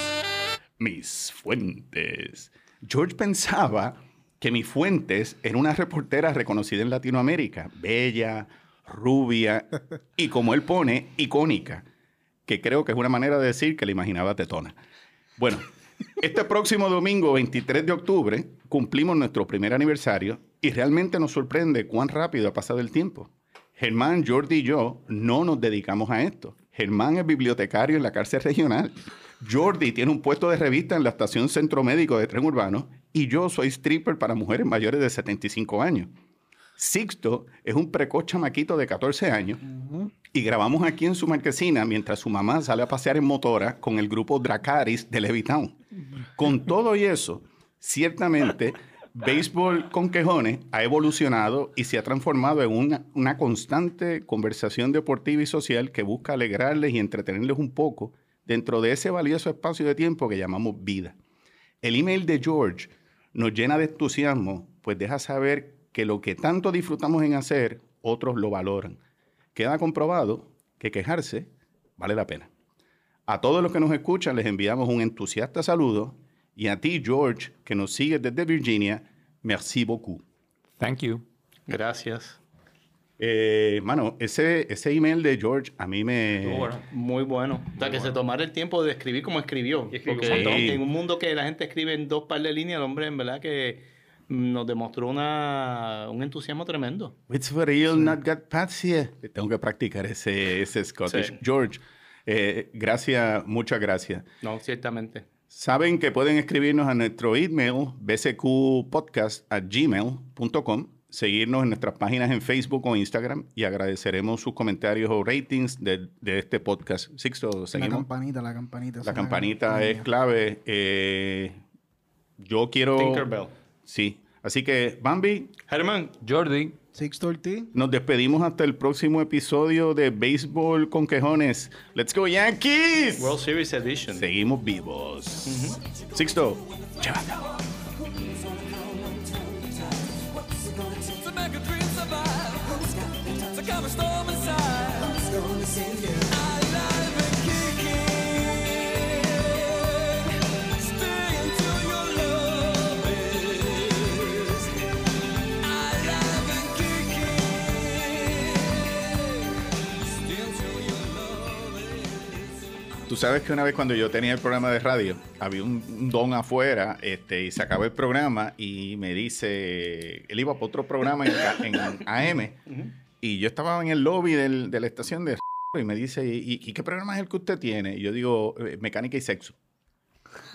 Speaker 4: Mis fuentes. George pensaba que mi Fuentes era una reportera reconocida en Latinoamérica, bella, rubia y, como él pone, icónica, que creo que es una manera de decir que le imaginaba tetona. Bueno, este próximo domingo, 23 de octubre, cumplimos nuestro primer aniversario y realmente nos sorprende cuán rápido ha pasado el tiempo. Germán, Jordi y yo no nos dedicamos a esto. Germán es bibliotecario en la cárcel regional. Jordi tiene un puesto de revista en la estación Centro Médico de Tren Urbano y yo soy stripper para mujeres mayores de 75 años. Sixto es un precoz chamaquito de 14 años y grabamos aquí en su marquesina mientras su mamá sale a pasear en motora con el grupo Dracaris de Levitown. Con todo y eso, ciertamente, béisbol con quejones ha evolucionado y se ha transformado en una, una constante conversación deportiva y social que busca alegrarles y entretenerles un poco dentro de ese valioso espacio de tiempo que llamamos vida. El email de George nos llena de entusiasmo, pues deja saber que lo que tanto disfrutamos en hacer, otros lo valoran. Queda comprobado que quejarse vale la pena. A todos los que nos escuchan les enviamos un entusiasta saludo y a ti, George, que nos sigues desde Virginia, merci beaucoup.
Speaker 2: Thank you.
Speaker 3: Gracias.
Speaker 4: Eh, mano, ese, ese email de George a mí me...
Speaker 2: Estuvo bueno.
Speaker 3: Muy bueno. o sea, que se tomara el tiempo de escribir como escribió.
Speaker 2: Y escribió
Speaker 3: Porque
Speaker 2: un
Speaker 4: montón.
Speaker 3: en un mundo que la gente escribe en dos par de líneas, el hombre en verdad que nos demostró una, un entusiasmo tremendo.
Speaker 4: It's for real, not got patsy. Tengo que practicar ese, ese Scottish.
Speaker 3: Sí.
Speaker 4: George, eh, gracias, muchas gracias.
Speaker 3: No, ciertamente.
Speaker 4: Saben que pueden escribirnos a nuestro email bcqpodcast@gmail.com, seguirnos en nuestras páginas en Facebook o Instagram y agradeceremos sus comentarios o ratings de, de este podcast. Sixto,
Speaker 6: La
Speaker 4: seguimos.
Speaker 6: campanita, la campanita.
Speaker 4: La campanita es
Speaker 6: clave.
Speaker 4: clave. Eh, yo quiero.
Speaker 3: Tinkerbell.
Speaker 4: Sí. Así que, Bambi,
Speaker 3: Germán,
Speaker 2: Jordi,
Speaker 6: Sixto Ortiz.
Speaker 4: nos despedimos hasta el próximo episodio de Béisbol con Quejones. ¡Let's go, Yankees!
Speaker 3: World Series Edition.
Speaker 4: Seguimos vivos. Sixto, llévatelo. Tú sabes que una vez cuando yo tenía el programa de radio, había un, un don afuera este, y se acabó el programa y me dice, él iba para otro programa en, ca- en AM y yo estaba en el lobby del- de la estación de radio y me dice, ¿y, y qué programa es el que usted tiene? Y yo digo, "Eh, mecánica y sexo.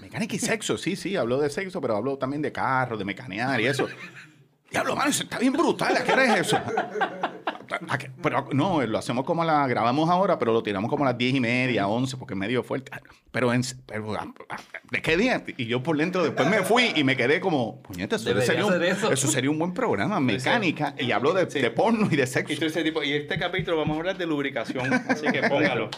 Speaker 4: Mecánica y sexo, sí, sí, habló de sexo, pero habló también de carro, de mecanear y eso. Diablo, mano, eso está bien brutal, ¿a qué hora es eso? ¿A qué? Pero no, lo hacemos como la grabamos ahora, pero lo tiramos como a las 10 y media, 11, porque es medio fuerte. Ah, Pero, en, pero, ah, ah, ¿de qué día? Y yo por dentro después me fui y me quedé como, puñeta, eso
Speaker 2: Debería
Speaker 4: sería, un,
Speaker 2: hacer
Speaker 4: eso.
Speaker 2: eso.
Speaker 4: sería un buen programa, mecánica, y habló de,
Speaker 3: Sí.
Speaker 4: de porno y de
Speaker 3: Y
Speaker 4: sexo.
Speaker 3: tú ese tipo, y este capítulo vamos a hablar de lubricación, así que póngalo.